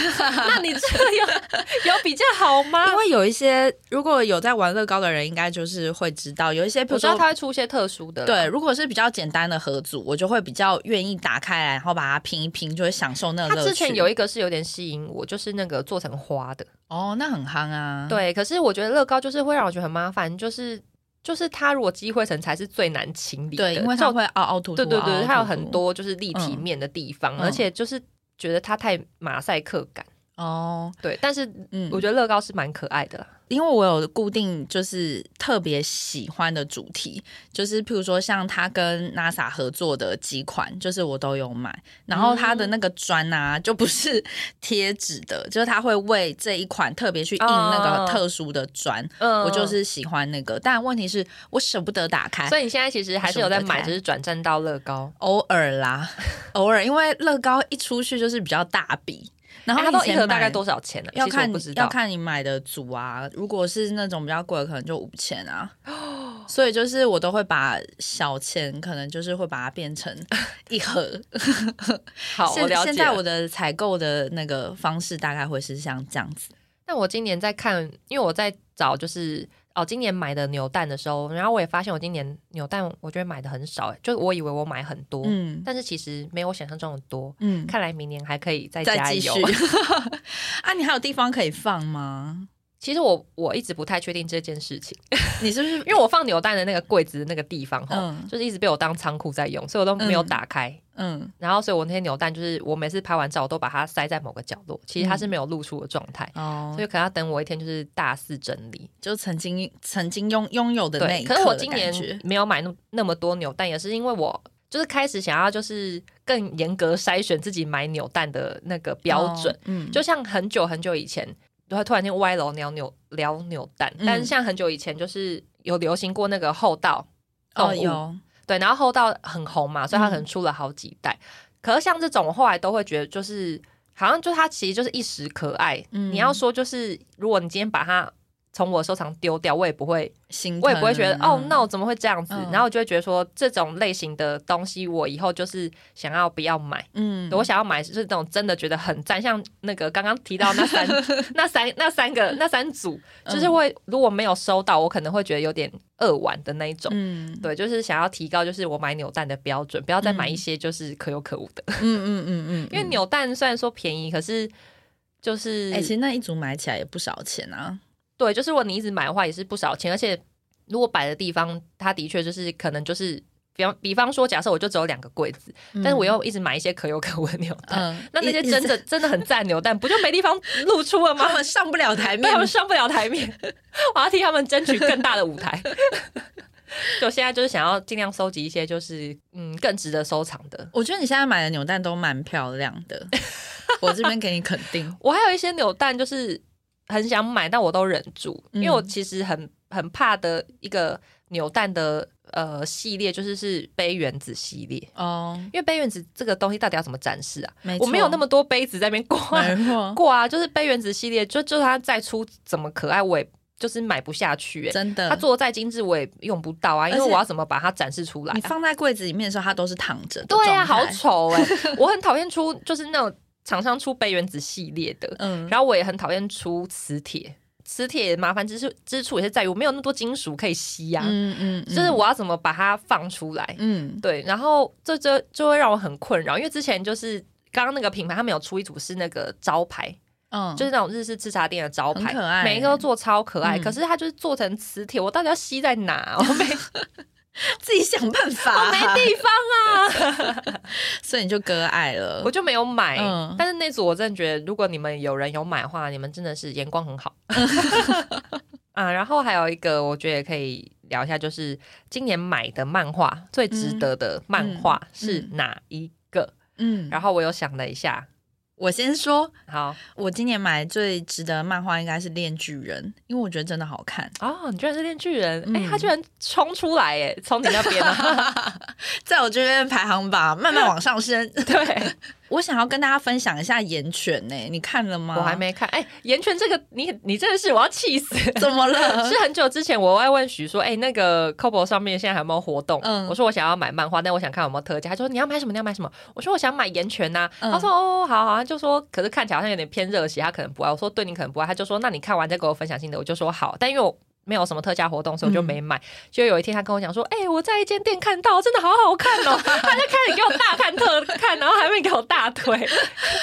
Speaker 1: 那你这个有有比较好吗
Speaker 2: 哦因为有一些如果有在玩乐高的人，应该就是会知道有一些，比
Speaker 1: 我
Speaker 2: 如
Speaker 1: 知
Speaker 2: 说
Speaker 1: 道它会出一些特殊的，
Speaker 2: 对，，如果是比较简单的合组，我就会比较愿意打开来，然后把它拼一拼，就会享受那个
Speaker 1: 它
Speaker 2: 乐趣。
Speaker 1: 之前有一个是有点吸引我，就是那个做成花的。
Speaker 2: 哦，那很夯啊。，
Speaker 1: 对，可是我觉得乐高就是会让我觉得很麻烦，就是就是它如果积灰尘才是最难清理的，
Speaker 2: 对，因为它
Speaker 1: 照
Speaker 2: 会凹凹凸凸，
Speaker 1: 对对
Speaker 2: 凹凹
Speaker 1: 对，
Speaker 2: 凸
Speaker 1: 它有
Speaker 2: 凸
Speaker 1: 很多就是立体面的地方，
Speaker 2: 嗯
Speaker 1: 而且就是觉得它太马赛克感。
Speaker 2: 哦，
Speaker 1: 对，但是
Speaker 2: 嗯，
Speaker 1: 我觉得乐高是蛮可爱的啦。
Speaker 2: 因为我有固定就是特别喜欢的主题，就是譬如说像他跟 NASA 合作的几款，就是我都有买。然后他的那个砖啊，就不是贴纸的， [LAUGHS] 就是他会为这一款特别去印那
Speaker 1: 哦
Speaker 2: 个特殊的砖。
Speaker 1: 嗯
Speaker 2: 我就是喜欢那个，但问题是我舍不得打开。
Speaker 1: 所以你现在其实还是有在
Speaker 2: 舍不得
Speaker 1: 买，
Speaker 2: 开
Speaker 1: 只是转战到乐高。
Speaker 2: 偶尔啦， [LAUGHS] 偶尔，因为乐高一出去就是比较大笔，然后
Speaker 1: 哎它都
Speaker 2: 以
Speaker 1: 一
Speaker 2: 前
Speaker 1: 盒大概
Speaker 2: 买
Speaker 1: 多少钱呢、
Speaker 2: 要
Speaker 1: 其实
Speaker 2: 看
Speaker 1: 我
Speaker 2: 你
Speaker 1: 不知道
Speaker 2: 要看你买的组啊，如果是那种比较贵的，可能就五千啊。所以就是我都会把小钱，可能就是会把它变成一盒。
Speaker 1: [LAUGHS] 好，我
Speaker 2: [LAUGHS] 现
Speaker 1: 了解了。
Speaker 2: 现在我的采购的那个方式大概会是像这样子。
Speaker 1: 但我今年在看，因为我在找就是哦，今年买的扭蛋的时候，然后我也发现我今年扭蛋我觉得买的很少，欸就我以为我买很多，
Speaker 2: 嗯
Speaker 1: 但是其实没有我想象中的多。
Speaker 2: 嗯，
Speaker 1: 看来明年还可以再
Speaker 2: 再
Speaker 1: 加
Speaker 2: 继续 [LAUGHS]
Speaker 1: 油。
Speaker 2: 啊，你还有地方可以放吗？
Speaker 1: [LAUGHS] 其实我我一直不太确定这件事情，
Speaker 2: 你是不
Speaker 1: [LAUGHS]
Speaker 2: 是
Speaker 1: 因为我放扭蛋的那个柜子的那个地方哈，
Speaker 2: 嗯
Speaker 1: 就是一直被我当仓库在用，所以我都没有
Speaker 2: 嗯
Speaker 1: 打开。
Speaker 2: 嗯
Speaker 1: 然后，所以我那些扭蛋就是我每次拍完照，我都把它塞在某个角落，其实它是没有露出的状态，
Speaker 2: 嗯哦
Speaker 1: 所，以可能要等我一天就是大肆整理。
Speaker 2: 就曾经曾经拥拥有的那
Speaker 1: 对，
Speaker 2: 一刻
Speaker 1: 可是我
Speaker 2: 的
Speaker 1: 今
Speaker 2: 感
Speaker 1: 年
Speaker 2: 觉
Speaker 1: 没有买那那么多扭蛋，也是因为我就是开始想要就是更严格筛选自己买扭蛋的那个标准，
Speaker 2: 哦，嗯，
Speaker 1: 就像很久很久以前，然后突然间歪楼聊扭聊扭蛋，
Speaker 2: 嗯
Speaker 1: 但是像很久以前就是有流行过那个厚道动物，
Speaker 2: 哦有，嗯
Speaker 1: 对，然后厚道很红嘛，所以它可能出了好几代。可是像这种，我后来都会觉得就是好像就它其实就是一时可爱。
Speaker 2: 嗯
Speaker 1: 你要说就是，如果你今天把它从我的收藏丢掉，我也不会
Speaker 2: 心
Speaker 1: 我也不会觉得
Speaker 2: 疼啊
Speaker 1: 哦，no，怎么会这样子？
Speaker 2: 嗯
Speaker 1: 然后我就会觉得说，这种类型的东西，我以后就是想要不要买。
Speaker 2: 嗯，
Speaker 1: 我想要买就是那种真的觉得很赞，像那个刚刚提到那
Speaker 2: [LAUGHS]
Speaker 1: 三、那三、那三个、那三组，就是
Speaker 2: 嗯
Speaker 1: 会如果没有收到，我可能会觉得有点扼腕的那一种。
Speaker 2: 嗯，
Speaker 1: 对，就是想要提高，就是我买扭蛋的标准，不要再买一些就是可有可无的。 [LAUGHS]
Speaker 2: 嗯嗯嗯嗯，
Speaker 1: 因为扭蛋虽然说便宜，可是就是、
Speaker 2: 哎、其实那一组买起来也不少钱啊。
Speaker 1: 对，就是如果你一直买的话，也是不少钱，而且如果摆的地方，它的确就是可能就是，比方比方说，假设我就只有两个柜子，但是我又一直买一些可有可无的扭蛋，
Speaker 2: 嗯，
Speaker 1: 那那些
Speaker 2: 一
Speaker 1: 真，的真的很赞的扭蛋，不就没地方露出了
Speaker 2: [LAUGHS] 一直他
Speaker 1: 吗？
Speaker 2: 们上不了台
Speaker 1: 对
Speaker 2: 面
Speaker 1: 他，们上不了台面，我要替他们争取更大的舞台。 [LAUGHS] 就现在就是想要尽量收集一些，就是嗯更值得收藏的。
Speaker 2: [LAUGHS] 我觉得你现在买的扭蛋都蛮漂亮 [LAUGHS] 的，我这边给你肯定。
Speaker 1: 我还有一些扭蛋，就是很想买，但我都忍住，因
Speaker 2: 嗯
Speaker 1: 为我其实很很怕的一个扭蛋的呃系列，就是是杯原子系列。
Speaker 2: 哦，
Speaker 1: 因为杯原子这个东西到底要怎么展示啊？
Speaker 2: 没错，哎
Speaker 1: 我没有那么多杯子在那边
Speaker 2: [LAUGHS]
Speaker 1: 挂
Speaker 2: 没错，
Speaker 1: 挂啊，就是杯原子系列，就就它再出怎么可爱，我也就是买不下去、欸。
Speaker 2: 真的。
Speaker 1: 它做的再精致，我也用不到啊，因为
Speaker 2: 而且
Speaker 1: 我要怎么把它展示出来、
Speaker 2: 你
Speaker 1: 啊？
Speaker 2: 放在柜子里面的时候，它都是躺着的状
Speaker 1: 对
Speaker 2: 态。
Speaker 1: 啊，好丑哎、
Speaker 2: 欸
Speaker 1: [LAUGHS] 我很讨厌出就是那种厂商出杯原子系列的，
Speaker 2: 嗯，
Speaker 1: 然后我也很讨厌出磁铁，磁铁麻烦之处之处也是在于我没有那么多金属可以吸呀、
Speaker 2: 嗯嗯，嗯
Speaker 1: 就是，我要怎么把它放出来？
Speaker 2: 嗯
Speaker 1: 对，然后这就就会让我很困扰，因为之前就是刚刚那个品牌，他们有出一组是那个招牌，
Speaker 2: 嗯，
Speaker 1: 就是那种日式吃茶店的招牌，
Speaker 2: 很可爱
Speaker 1: 每一个都做超可爱，
Speaker 2: 嗯
Speaker 1: 可是它就是做成磁铁，我到底要吸在哪？ [LAUGHS] 我
Speaker 2: [LAUGHS]
Speaker 1: 没，
Speaker 2: 自己想办法、啊
Speaker 1: 我
Speaker 2: [LAUGHS]
Speaker 1: 没地方，
Speaker 2: 所以你就割爱了。
Speaker 1: 我就没有买。
Speaker 2: 嗯
Speaker 1: 但是那组我真的觉得，如果你们有人有买的话，你们真的是眼光很
Speaker 2: [LAUGHS]
Speaker 1: 好。 [LAUGHS] 啊，然后还有一个，我觉得也可以聊一下，就是今年买的漫画最值得的漫画是哪一个？
Speaker 2: 嗯，
Speaker 1: 然后我有想了一下，
Speaker 2: 我先说，
Speaker 1: 好
Speaker 2: 我今年买最值得的漫画应该是《恋巨人》，因为我觉得真的好看。
Speaker 1: 哦，你居然是恋巨人，哎、
Speaker 2: 嗯
Speaker 1: 他居然冲出来，哎，从你那边啊， [LAUGHS]
Speaker 2: 在我这边排行榜慢慢往上升。 [LAUGHS]
Speaker 1: 对。
Speaker 2: 我想要跟大家分享一下《岩犬》呢，你看了吗？
Speaker 1: 我还。没看。哎、岩泉这个，你你真的是我要气死！
Speaker 2: [LAUGHS] 怎么
Speaker 1: [LAUGHS]
Speaker 2: 了？
Speaker 1: 是很久之前，我爱问许说，哎、那个 Cobo 上面现在还有没有活动？
Speaker 2: 嗯
Speaker 1: 我说我想要买漫画，但我想看有没有特价。他说你要买什么？你要买什么？我说我想买岩泉呐、
Speaker 2: 嗯
Speaker 1: 他说哦，好好。他就说，可是看起来好像有点偏热血，他可能不爱。我说对你可能不爱。他就说那你看完再给我分享心得。我就说好，但因为我。没有什么特价活动，所以我就
Speaker 2: 嗯
Speaker 1: 没买。就有一天，他跟我讲说：“哎、我在一间店看到，真的好好看哦。”他就开始给我大看特看，然后还没给我大推。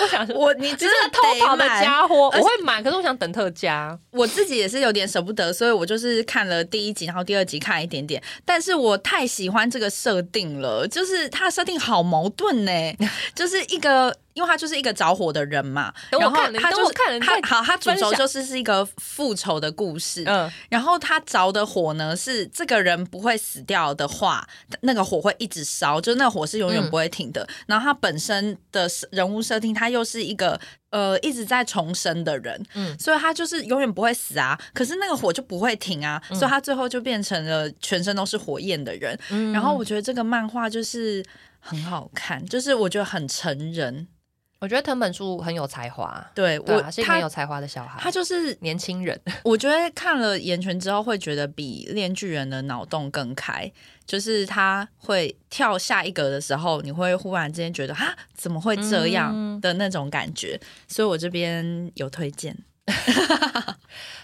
Speaker 1: 我想说，
Speaker 2: 我你
Speaker 1: 只
Speaker 2: 真
Speaker 1: 是
Speaker 2: 的
Speaker 1: 偷跑的
Speaker 2: 得买，
Speaker 1: 家伙，我
Speaker 2: 而且
Speaker 1: 会买，可是我想等特价。
Speaker 2: 我自己也是有点舍不得，所以我就是看了第一集，然后第二集看一点点，但是我太喜欢这个设定了，就是它的设定好矛盾呢，就是一个，因为他就是一个着火的人嘛，
Speaker 1: 等我
Speaker 2: 然后
Speaker 1: 看了
Speaker 2: 他
Speaker 1: 等
Speaker 2: 就
Speaker 1: 我
Speaker 2: 是
Speaker 1: 看了
Speaker 2: 他
Speaker 1: 再
Speaker 2: 好，他主
Speaker 1: 分
Speaker 2: 轴
Speaker 1: 享
Speaker 2: 就是是一个复仇的故事，
Speaker 1: 嗯，
Speaker 2: 然后他着的火呢，是这个人不会死掉的话，那个火会一直烧，就是那个火是永远不会停
Speaker 1: 嗯
Speaker 2: 的。然后他本身的人物设定，他又是一个呃一直在重生的人，
Speaker 1: 嗯
Speaker 2: 所以他就是永远不会死啊。可是那个火就不会停啊，所以他最后就变成了全身都是火焰的人。
Speaker 1: 嗯
Speaker 2: 然后我觉得这个漫画就是很好看，就是我觉得很成人。
Speaker 1: 我觉得藤本树很有才华，
Speaker 2: 对
Speaker 1: 对
Speaker 2: 我
Speaker 1: 啊，是一个很有啊
Speaker 2: 他
Speaker 1: 才华的小孩，
Speaker 2: 他就是
Speaker 1: 年轻人，
Speaker 2: 我觉得看了《岩泉》之后，会觉得比《恋巨人》的脑洞更开，就是他会跳下一格的时候，你会忽然之间觉得啊，怎么会这样
Speaker 1: 嗯
Speaker 2: 的那种感觉。所以我这边有推荐，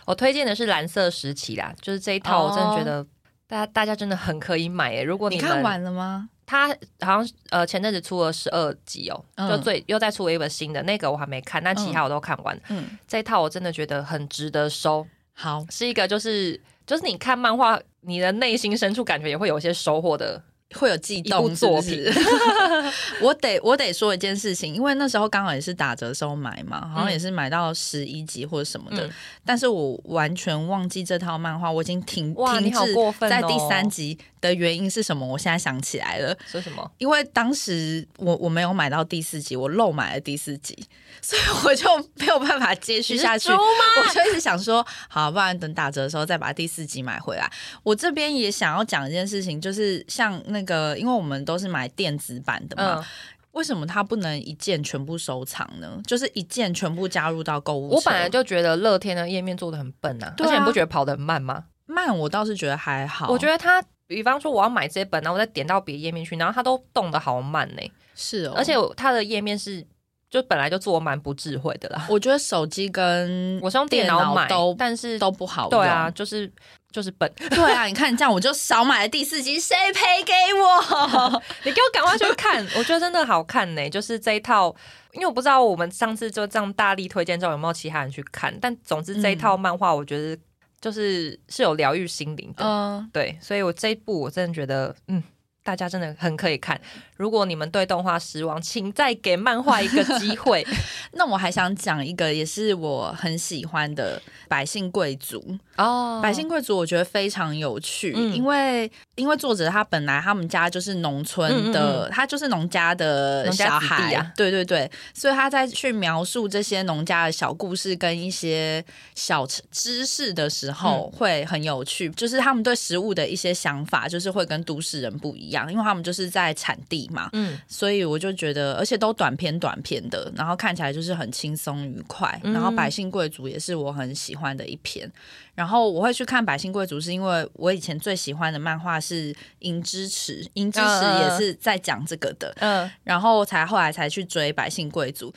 Speaker 1: 我推荐的是《蓝色时期》啦，就是这一套，
Speaker 2: 哦
Speaker 1: 我真的觉得大家大家真的很可以买耶。欸如果
Speaker 2: 你
Speaker 1: 们
Speaker 2: 看完了吗？
Speaker 1: 他好像呃前阵子出了十二集哦，
Speaker 2: 嗯
Speaker 1: 就最又再出了一本新的那个我还没看，但其他我都看完。
Speaker 2: 嗯，
Speaker 1: 这一套我真的觉得很值得收，
Speaker 2: 好，
Speaker 1: 是一个就是就是你看漫画，你的内心深处感觉也会有一些收获的
Speaker 2: 会有悸
Speaker 1: 一
Speaker 2: 动
Speaker 1: 部作
Speaker 2: 是不是 [LAUGHS] 我得我得说一件事情，因为那时候刚好也是打折的时候买嘛，好像
Speaker 1: 嗯
Speaker 2: 也是买到十一集或者什么的，
Speaker 1: 嗯
Speaker 2: 但是我完全忘记这套漫画，我已经停
Speaker 1: 哇
Speaker 2: 停
Speaker 1: 你好
Speaker 2: 滞
Speaker 1: 过分哦
Speaker 2: 在第三集的原因是什么？我现在想起来了。
Speaker 1: 是什么？
Speaker 2: 因为当时我我没有买到第四集，我漏买了第四集，所以我就没有办法接续下去。
Speaker 1: 你是猪吗
Speaker 2: [LAUGHS] 我就一直想说，好，不然等打折的时候再把第四集买回来。我这边也想要讲一件事情，就是像那个，因为我们都是买电子版的嘛，
Speaker 1: 嗯，
Speaker 2: 为什么它不能一键全部收藏呢？就是一键全部加入到购物车。
Speaker 1: 我本来就觉得乐天的页面做的很笨啊，
Speaker 2: 对啊
Speaker 1: 而且你不觉得跑得很慢吗？
Speaker 2: 慢，我倒是觉得还好。
Speaker 1: 我觉得它，比方说我要买这本，然后我再点到别的页面去，然后它都动得好慢呢、
Speaker 2: 是哦，
Speaker 1: 而且它的页面是就本来就做蛮不智慧的啦。
Speaker 2: 我觉得手机跟
Speaker 1: [LAUGHS] 我是用电脑买，
Speaker 2: 都
Speaker 1: 但是
Speaker 2: 都不好用。
Speaker 1: 对啊，就是就是笨。 [LAUGHS]
Speaker 2: 对啊，你看这样我就少买了第四集，谁赔给
Speaker 1: [LAUGHS]
Speaker 2: 我？
Speaker 1: 你给我赶快去 [LAUGHS] 看，我觉得真的好看呢、就是这一套，因为我不知道我们上次就这样大力推荐之后有没有其他人去看，但总之这一套漫画，我觉得就是是有疗愈心灵的。
Speaker 2: 嗯，
Speaker 1: 对，所以我这一部我真的觉得，嗯，大家真的很可以看。如果你们对动画失望，请再给漫画一个机会。
Speaker 2: 那我还想讲一个，也是我很喜欢的百姓贵族。
Speaker 1: [LAUGHS] [LAUGHS] 哦
Speaker 2: 百姓贵族我觉得非常有趣，
Speaker 1: 嗯
Speaker 2: 因为因为作者他本来他们家就是农村的，他就是农家的
Speaker 1: 嗯农家
Speaker 2: 小
Speaker 1: 子弟
Speaker 2: 孩，
Speaker 1: 啊
Speaker 2: 对对对，所以他在去描述这些农家的小故事跟一些小知识的时候，
Speaker 1: 嗯
Speaker 2: 会很有趣，就是他们对食物的一些想法，就是会跟都市人不一样，因为他们就是在产地嘛，
Speaker 1: 嗯，
Speaker 2: 所以我就觉得，而且都短篇短篇的，然后看起来就是很轻松愉快。
Speaker 1: 嗯
Speaker 2: 然后《百姓贵族》也是我很喜欢的一篇。然后我会去看《百姓贵族》，是因为我以前最喜欢的漫画是《银之匙》，《银之匙》
Speaker 1: 嗯嗯
Speaker 2: 也
Speaker 1: 嗯
Speaker 2: 是在讲这个的。
Speaker 1: 嗯，
Speaker 2: 然后才后来才去追《百姓贵族》，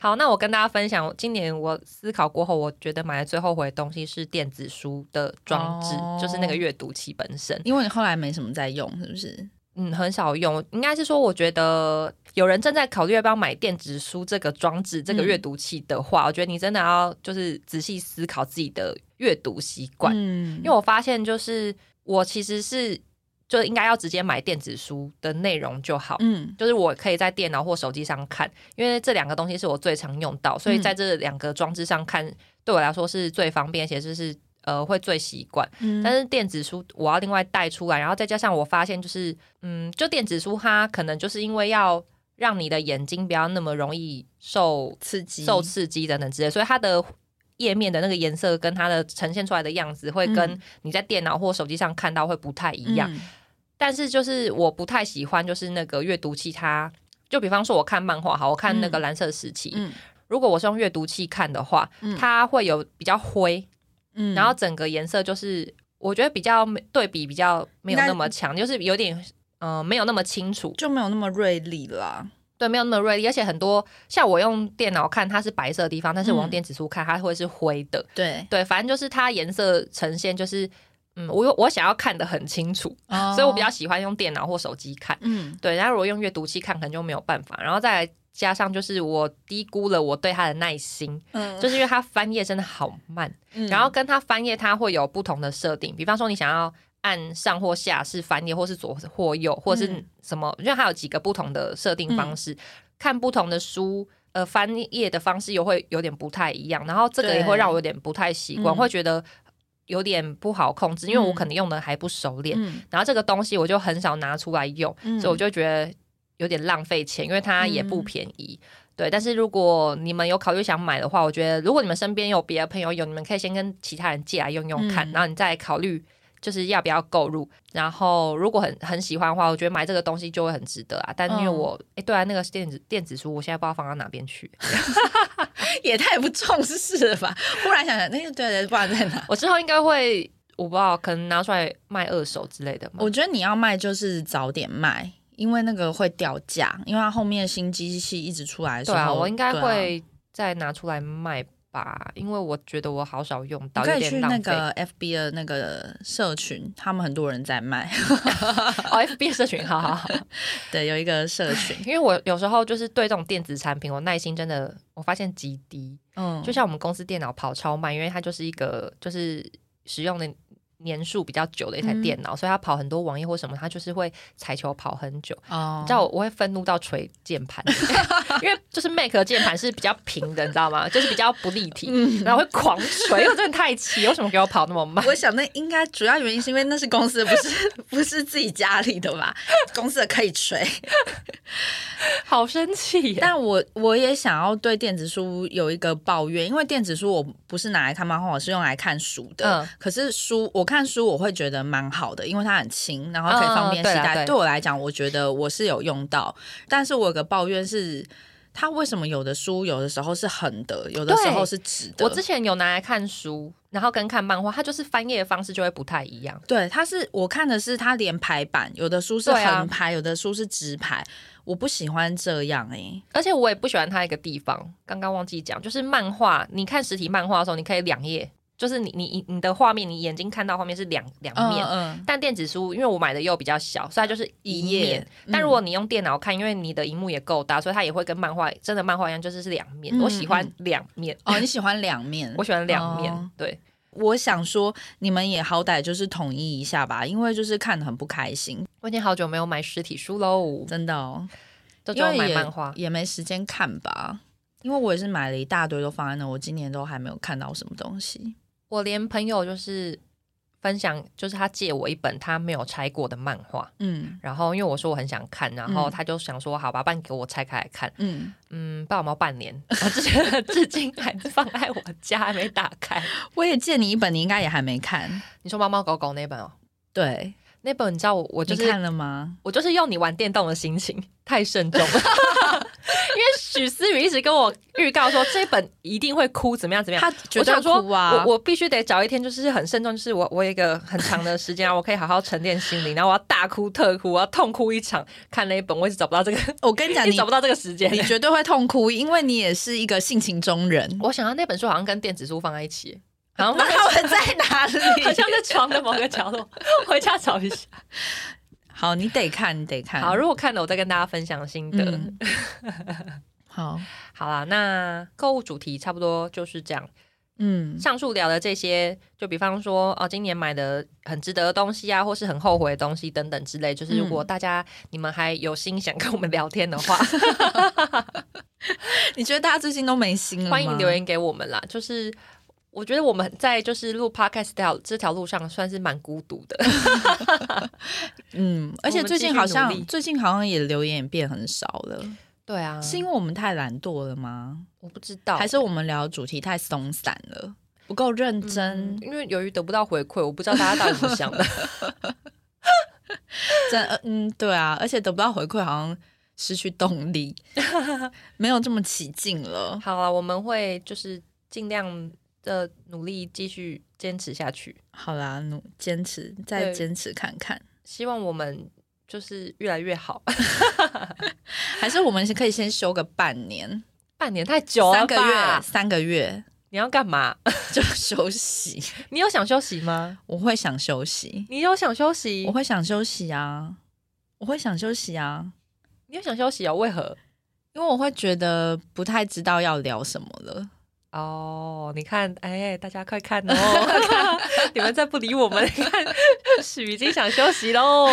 Speaker 1: 好，那我跟大家分享，今年我思考过后，我觉得买的最后悔的东西是电子书的装置，
Speaker 2: 哦
Speaker 1: 就是那个阅读器本身。
Speaker 2: 因为你后来没什么在用，是不是？
Speaker 1: 嗯，很少用，应该是说我觉得有人正在考虑要不要买电子书这个装置、这个阅读器的话，我觉得你真的要就是仔细思考自己的阅读习惯，
Speaker 2: 嗯
Speaker 1: 因为我发现就是我其实是就应该要直接买电子书的内容就好。
Speaker 2: 嗯
Speaker 1: 就是我可以在电脑或手机上看，因为这两个东西是我最常用到，
Speaker 2: 嗯
Speaker 1: 所以在这两个装置上看，对我来说是最方便，而且就是呃会最习惯。
Speaker 2: 嗯
Speaker 1: 但是电子书我要另外带出来，然后再加上我发现就是，嗯，就电子书它可能就是因为要让你的眼睛不要那么容易受
Speaker 2: 刺激
Speaker 1: 受刺激等等之类，所以它的页面的那个颜色跟它的呈现出来的样子会跟
Speaker 2: 嗯
Speaker 1: 你在电脑或手机上看到会不太一样。
Speaker 2: 嗯
Speaker 1: 但是就是我不太喜欢，就是那个阅读器它。就比方说，我看漫画，好，我看那个
Speaker 2: 嗯
Speaker 1: 蓝色时期。
Speaker 2: 嗯
Speaker 1: 如果我是用阅读器看的话，
Speaker 2: 嗯
Speaker 1: 它会有比较灰，
Speaker 2: 嗯
Speaker 1: 然后整个颜色就是我觉得比较没对比比较没有
Speaker 2: 应该
Speaker 1: 那么强，就是有点嗯、呃没有那么清楚，
Speaker 2: 就没有那么锐利啦。
Speaker 1: 对，没有那么锐利。而且很多像我用电脑看它是白色的地方，但是我用
Speaker 2: 嗯
Speaker 1: 电子书看它会是灰的。
Speaker 2: 对，
Speaker 1: 对，反正就是它颜色呈现就是嗯，我有我想要看得很清楚，所以我比较喜欢用电脑或手机看。
Speaker 2: 哦嗯
Speaker 1: 对，然后如果用阅读器看，可能就没有办法。然后再来加上就是我低估了我对它的耐心，
Speaker 2: 嗯
Speaker 1: 就是因为它翻页真的好慢。
Speaker 2: 嗯
Speaker 1: 然后跟它翻页，它会有不同的设定。比方说，你想要按上或下是翻页，或是左或右，或是
Speaker 2: 嗯
Speaker 1: 什么，因为它有几个不同的设定方式。看不同的书，呃，翻页的方式又会有点不太一样。然后这个也
Speaker 2: 对
Speaker 1: 会让我有点不太习惯，
Speaker 2: 嗯
Speaker 1: 会觉得有点不好控制，因为我
Speaker 2: 嗯
Speaker 1: 可能用的还不熟练。
Speaker 2: 嗯
Speaker 1: 然后这个东西我就很少拿出来用，
Speaker 2: 嗯
Speaker 1: 所以我就觉得有点浪费钱，因为它也不便宜。对，但是如果你们有考虑想买的话，我觉得如果你们身边有别的朋友有，你们可以先跟其他人借来用用看，
Speaker 2: 嗯
Speaker 1: 然后你再考虑就是要不要购入。然后如果很很喜欢的话，我觉得买这个东西就会很值得啊。但因为
Speaker 2: 嗯
Speaker 1: 我哎、对啊，那个电子电子书我现在不知道放到哪边去，
Speaker 2: 也太不重视了吧？忽然想想，那个对对，不然在哪？
Speaker 1: 我之后应该会我不知道，可能拿出来卖二手之类的嘛。
Speaker 2: [LAUGHS] 我觉得你要卖就是早点卖，因为那个会掉价，因为它后面新机器一直出来的时
Speaker 1: 对
Speaker 2: 候，
Speaker 1: 啊，我应该
Speaker 2: 对啊
Speaker 1: 会再拿出来卖吧，因为我觉得我好少用到，
Speaker 2: 啊你可
Speaker 1: 有
Speaker 2: 以
Speaker 1: 点
Speaker 2: 去
Speaker 1: 浪
Speaker 2: 那
Speaker 1: 费。
Speaker 2: 个 FB 的那个社群，他们很多人在卖。 [LAUGHS]
Speaker 1: 哦，FB 社群，好好好，
Speaker 2: 对，有一个社群，
Speaker 1: 因为我有时候就是对这种电子产品，我耐心真的我发现极低。
Speaker 2: [LAUGHS] 嗯，
Speaker 1: 就像我们公司电脑跑超慢，因为它就是一个就是使用的。年数比较久的一台
Speaker 2: 嗯
Speaker 1: 电脑，所以它跑很多网页或什么，它就是会踩球跑很久。
Speaker 2: 哦
Speaker 1: 你知道我我会愤怒到捶键盘， [LAUGHS] 因为就是 Mac 的键盘是比较平的，你知道吗？就是比较不立体，然后会狂捶，因为我真的太气，为什么给我跑那么慢？
Speaker 2: 我想那应该主要原因是因为那是公司，不是 [LAUGHS] 不是自己家里的吧？公司的可以吹，
Speaker 1: 好生气耶！
Speaker 2: 但我我也想要对电子书有一个抱怨，因为电子书我不是拿来看漫画，我是用来看书的。
Speaker 1: 嗯
Speaker 2: 可是书我看书我会觉得蛮好的，因为它很轻，然后可以方便
Speaker 1: 嗯
Speaker 2: 携
Speaker 1: 对啦
Speaker 2: 带。
Speaker 1: 对
Speaker 2: 对我来讲，我觉得我是有用到，但是我有个抱怨是。它为什么有的书有的时候是横的，有的时候是直的？
Speaker 1: 我之前有拿来看书，然后跟看漫画，它就是翻页的方式就会不太一样。
Speaker 2: 对，它是我看的是它连排版，有的书是
Speaker 1: 对啊
Speaker 2: 横排，有的书是直排，我不喜欢这样哎、
Speaker 1: 而且我也不喜欢它一个地方，刚刚忘记讲，就是漫画，你看实体漫画的时候，你可以两页，就是你你你的画面，你眼睛看到画面是两两面。
Speaker 2: 嗯
Speaker 1: 但电子书，因为我买的又比较小，所以它就是一
Speaker 2: 一
Speaker 1: 面。
Speaker 2: 页
Speaker 1: 但如果你用电脑看，因为你的荧幕也够大，所以它也会跟漫画真的漫画一样，就是是两面。
Speaker 2: 嗯
Speaker 1: 我喜欢
Speaker 2: 嗯
Speaker 1: 两面，
Speaker 2: 哦，你喜欢两
Speaker 1: [LAUGHS]
Speaker 2: 面？
Speaker 1: 我喜欢两面。
Speaker 2: 哦
Speaker 1: 对，
Speaker 2: 我想说，你们也好歹就是统一一下吧，因为就是看得很不开心，
Speaker 1: 我已经好久没有买实体书喽，
Speaker 2: 真的哦，
Speaker 1: 都只
Speaker 2: 因
Speaker 1: 有
Speaker 2: 为
Speaker 1: 买
Speaker 2: 也
Speaker 1: 漫画。
Speaker 2: 也没时间看吧。因为我也是买了一大堆都放在那，我今年都还没有看到什么东西。
Speaker 1: 我连朋友就是分享，就是他借我一本他没有拆过的漫画，
Speaker 2: 嗯
Speaker 1: 然后因为我说我很想看，然后
Speaker 2: 嗯
Speaker 1: 他就想说好吧，半给我拆开来看，
Speaker 2: 嗯，
Speaker 1: 嗯，不知道有没有半年，我至 [LAUGHS] 至今还是放在我家还没打开。
Speaker 2: 我也借你一本，你应该也还没看。
Speaker 1: 你说猫猫狗狗那本哦，
Speaker 2: 对，
Speaker 1: 那本你知道我我就
Speaker 2: 你
Speaker 1: 是
Speaker 2: 看了吗？
Speaker 1: 我就是用你玩电动的心情太慎重了， [LAUGHS] 因为许思雨一直跟我预告说这本一定会哭，怎么样怎么样，
Speaker 2: 他绝
Speaker 1: 我
Speaker 2: 对
Speaker 1: 想说，
Speaker 2: 哭啊！
Speaker 1: 我我必须得找一天，就是很慎重，就是我我有一个很长的时间，啊然后我可以好好沉淀心灵，然后我要大哭特哭，我要痛哭一场。看那一本，我一直找不到这个，
Speaker 2: 我跟你讲，
Speaker 1: 一
Speaker 2: 你
Speaker 1: 直找不到这个时间。 [LAUGHS]
Speaker 2: 你绝对会痛哭，因为你也是一个性情中人。
Speaker 1: 我想要那本书好像跟电子书放在一 [LAUGHS] 起，好像
Speaker 2: 那
Speaker 1: 放在
Speaker 2: 他们在哪
Speaker 1: [LAUGHS]
Speaker 2: 里？ [LAUGHS]
Speaker 1: 好像在床的某个角落，回家找一下。
Speaker 2: 好，你得看，你得看。
Speaker 1: 好，如果看了我再跟大家分享心得。
Speaker 2: 嗯好，
Speaker 1: 好啦，那购物主题差不多就是这样。
Speaker 2: 嗯，
Speaker 1: 上述聊的这些，就比方说哦，今年买的很值得的东西啊，或是很后悔的东西等等之类。就是如果大家、你们还有心想跟我们聊天的 [LAUGHS] 话，
Speaker 2: 你觉得大家最近都没心了吗？
Speaker 1: 欢迎留言给我们啦。就是我觉得我们在就是录 podcast 这条这条路上算是蛮孤独的。
Speaker 2: 嗯，而且
Speaker 1: 我们
Speaker 2: 最
Speaker 1: 继续
Speaker 2: 近好
Speaker 1: 努力
Speaker 2: 像最近好像也留言也变很少了，
Speaker 1: 对啊，
Speaker 2: 是因为我们太懒惰了吗？
Speaker 1: 我不知道，
Speaker 2: 还是我们聊的主题太松散了，不够认真？
Speaker 1: 嗯因为由于得不到回馈，我不知道大家到底怎么想 [LAUGHS] 的。
Speaker 2: 真呃嗯，对啊，而且得不到回馈，好像失去动
Speaker 1: [LAUGHS]
Speaker 2: 力，没有这么起劲了。
Speaker 1: 好啊，我们会就是尽量的努力继续坚持下去，
Speaker 2: 好啦，努坚持，再
Speaker 1: 对
Speaker 2: 坚持看看，
Speaker 1: 希望我们就是越来越好。
Speaker 2: 还是我们是可以先休个半年、
Speaker 1: 半年太久了
Speaker 2: 三个
Speaker 1: 吧
Speaker 2: 月、三个月
Speaker 1: 你要干嘛？ [LAUGHS]
Speaker 2: 就休息。
Speaker 1: 你有想休息吗？
Speaker 2: 我会想休息，
Speaker 1: 你有想休息？
Speaker 2: 我会想休息啊，我会想休息啊，
Speaker 1: 你有想休息哦？为何？
Speaker 2: 因为我会觉得不太知道要聊什么了。
Speaker 1: 哦，你看，哎，大家快看 [LAUGHS] 哦！你们再不理 [LAUGHS] 我们，你看，许已经想休息喽。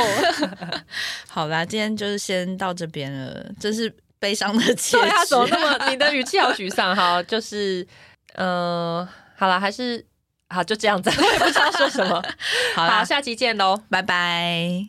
Speaker 2: 好啦，今天就是先到这边了，真是悲伤的
Speaker 1: [LAUGHS]
Speaker 2: 结
Speaker 1: 对啊，怎么
Speaker 2: 局。
Speaker 1: 那么？你的语气好沮丧。好，就是，嗯、好了，还 [LAUGHS] 是好，就这样子，我也不知道说什么。
Speaker 2: 好
Speaker 1: 好，
Speaker 2: 啦，
Speaker 1: 下期见喽。
Speaker 2: 拜拜。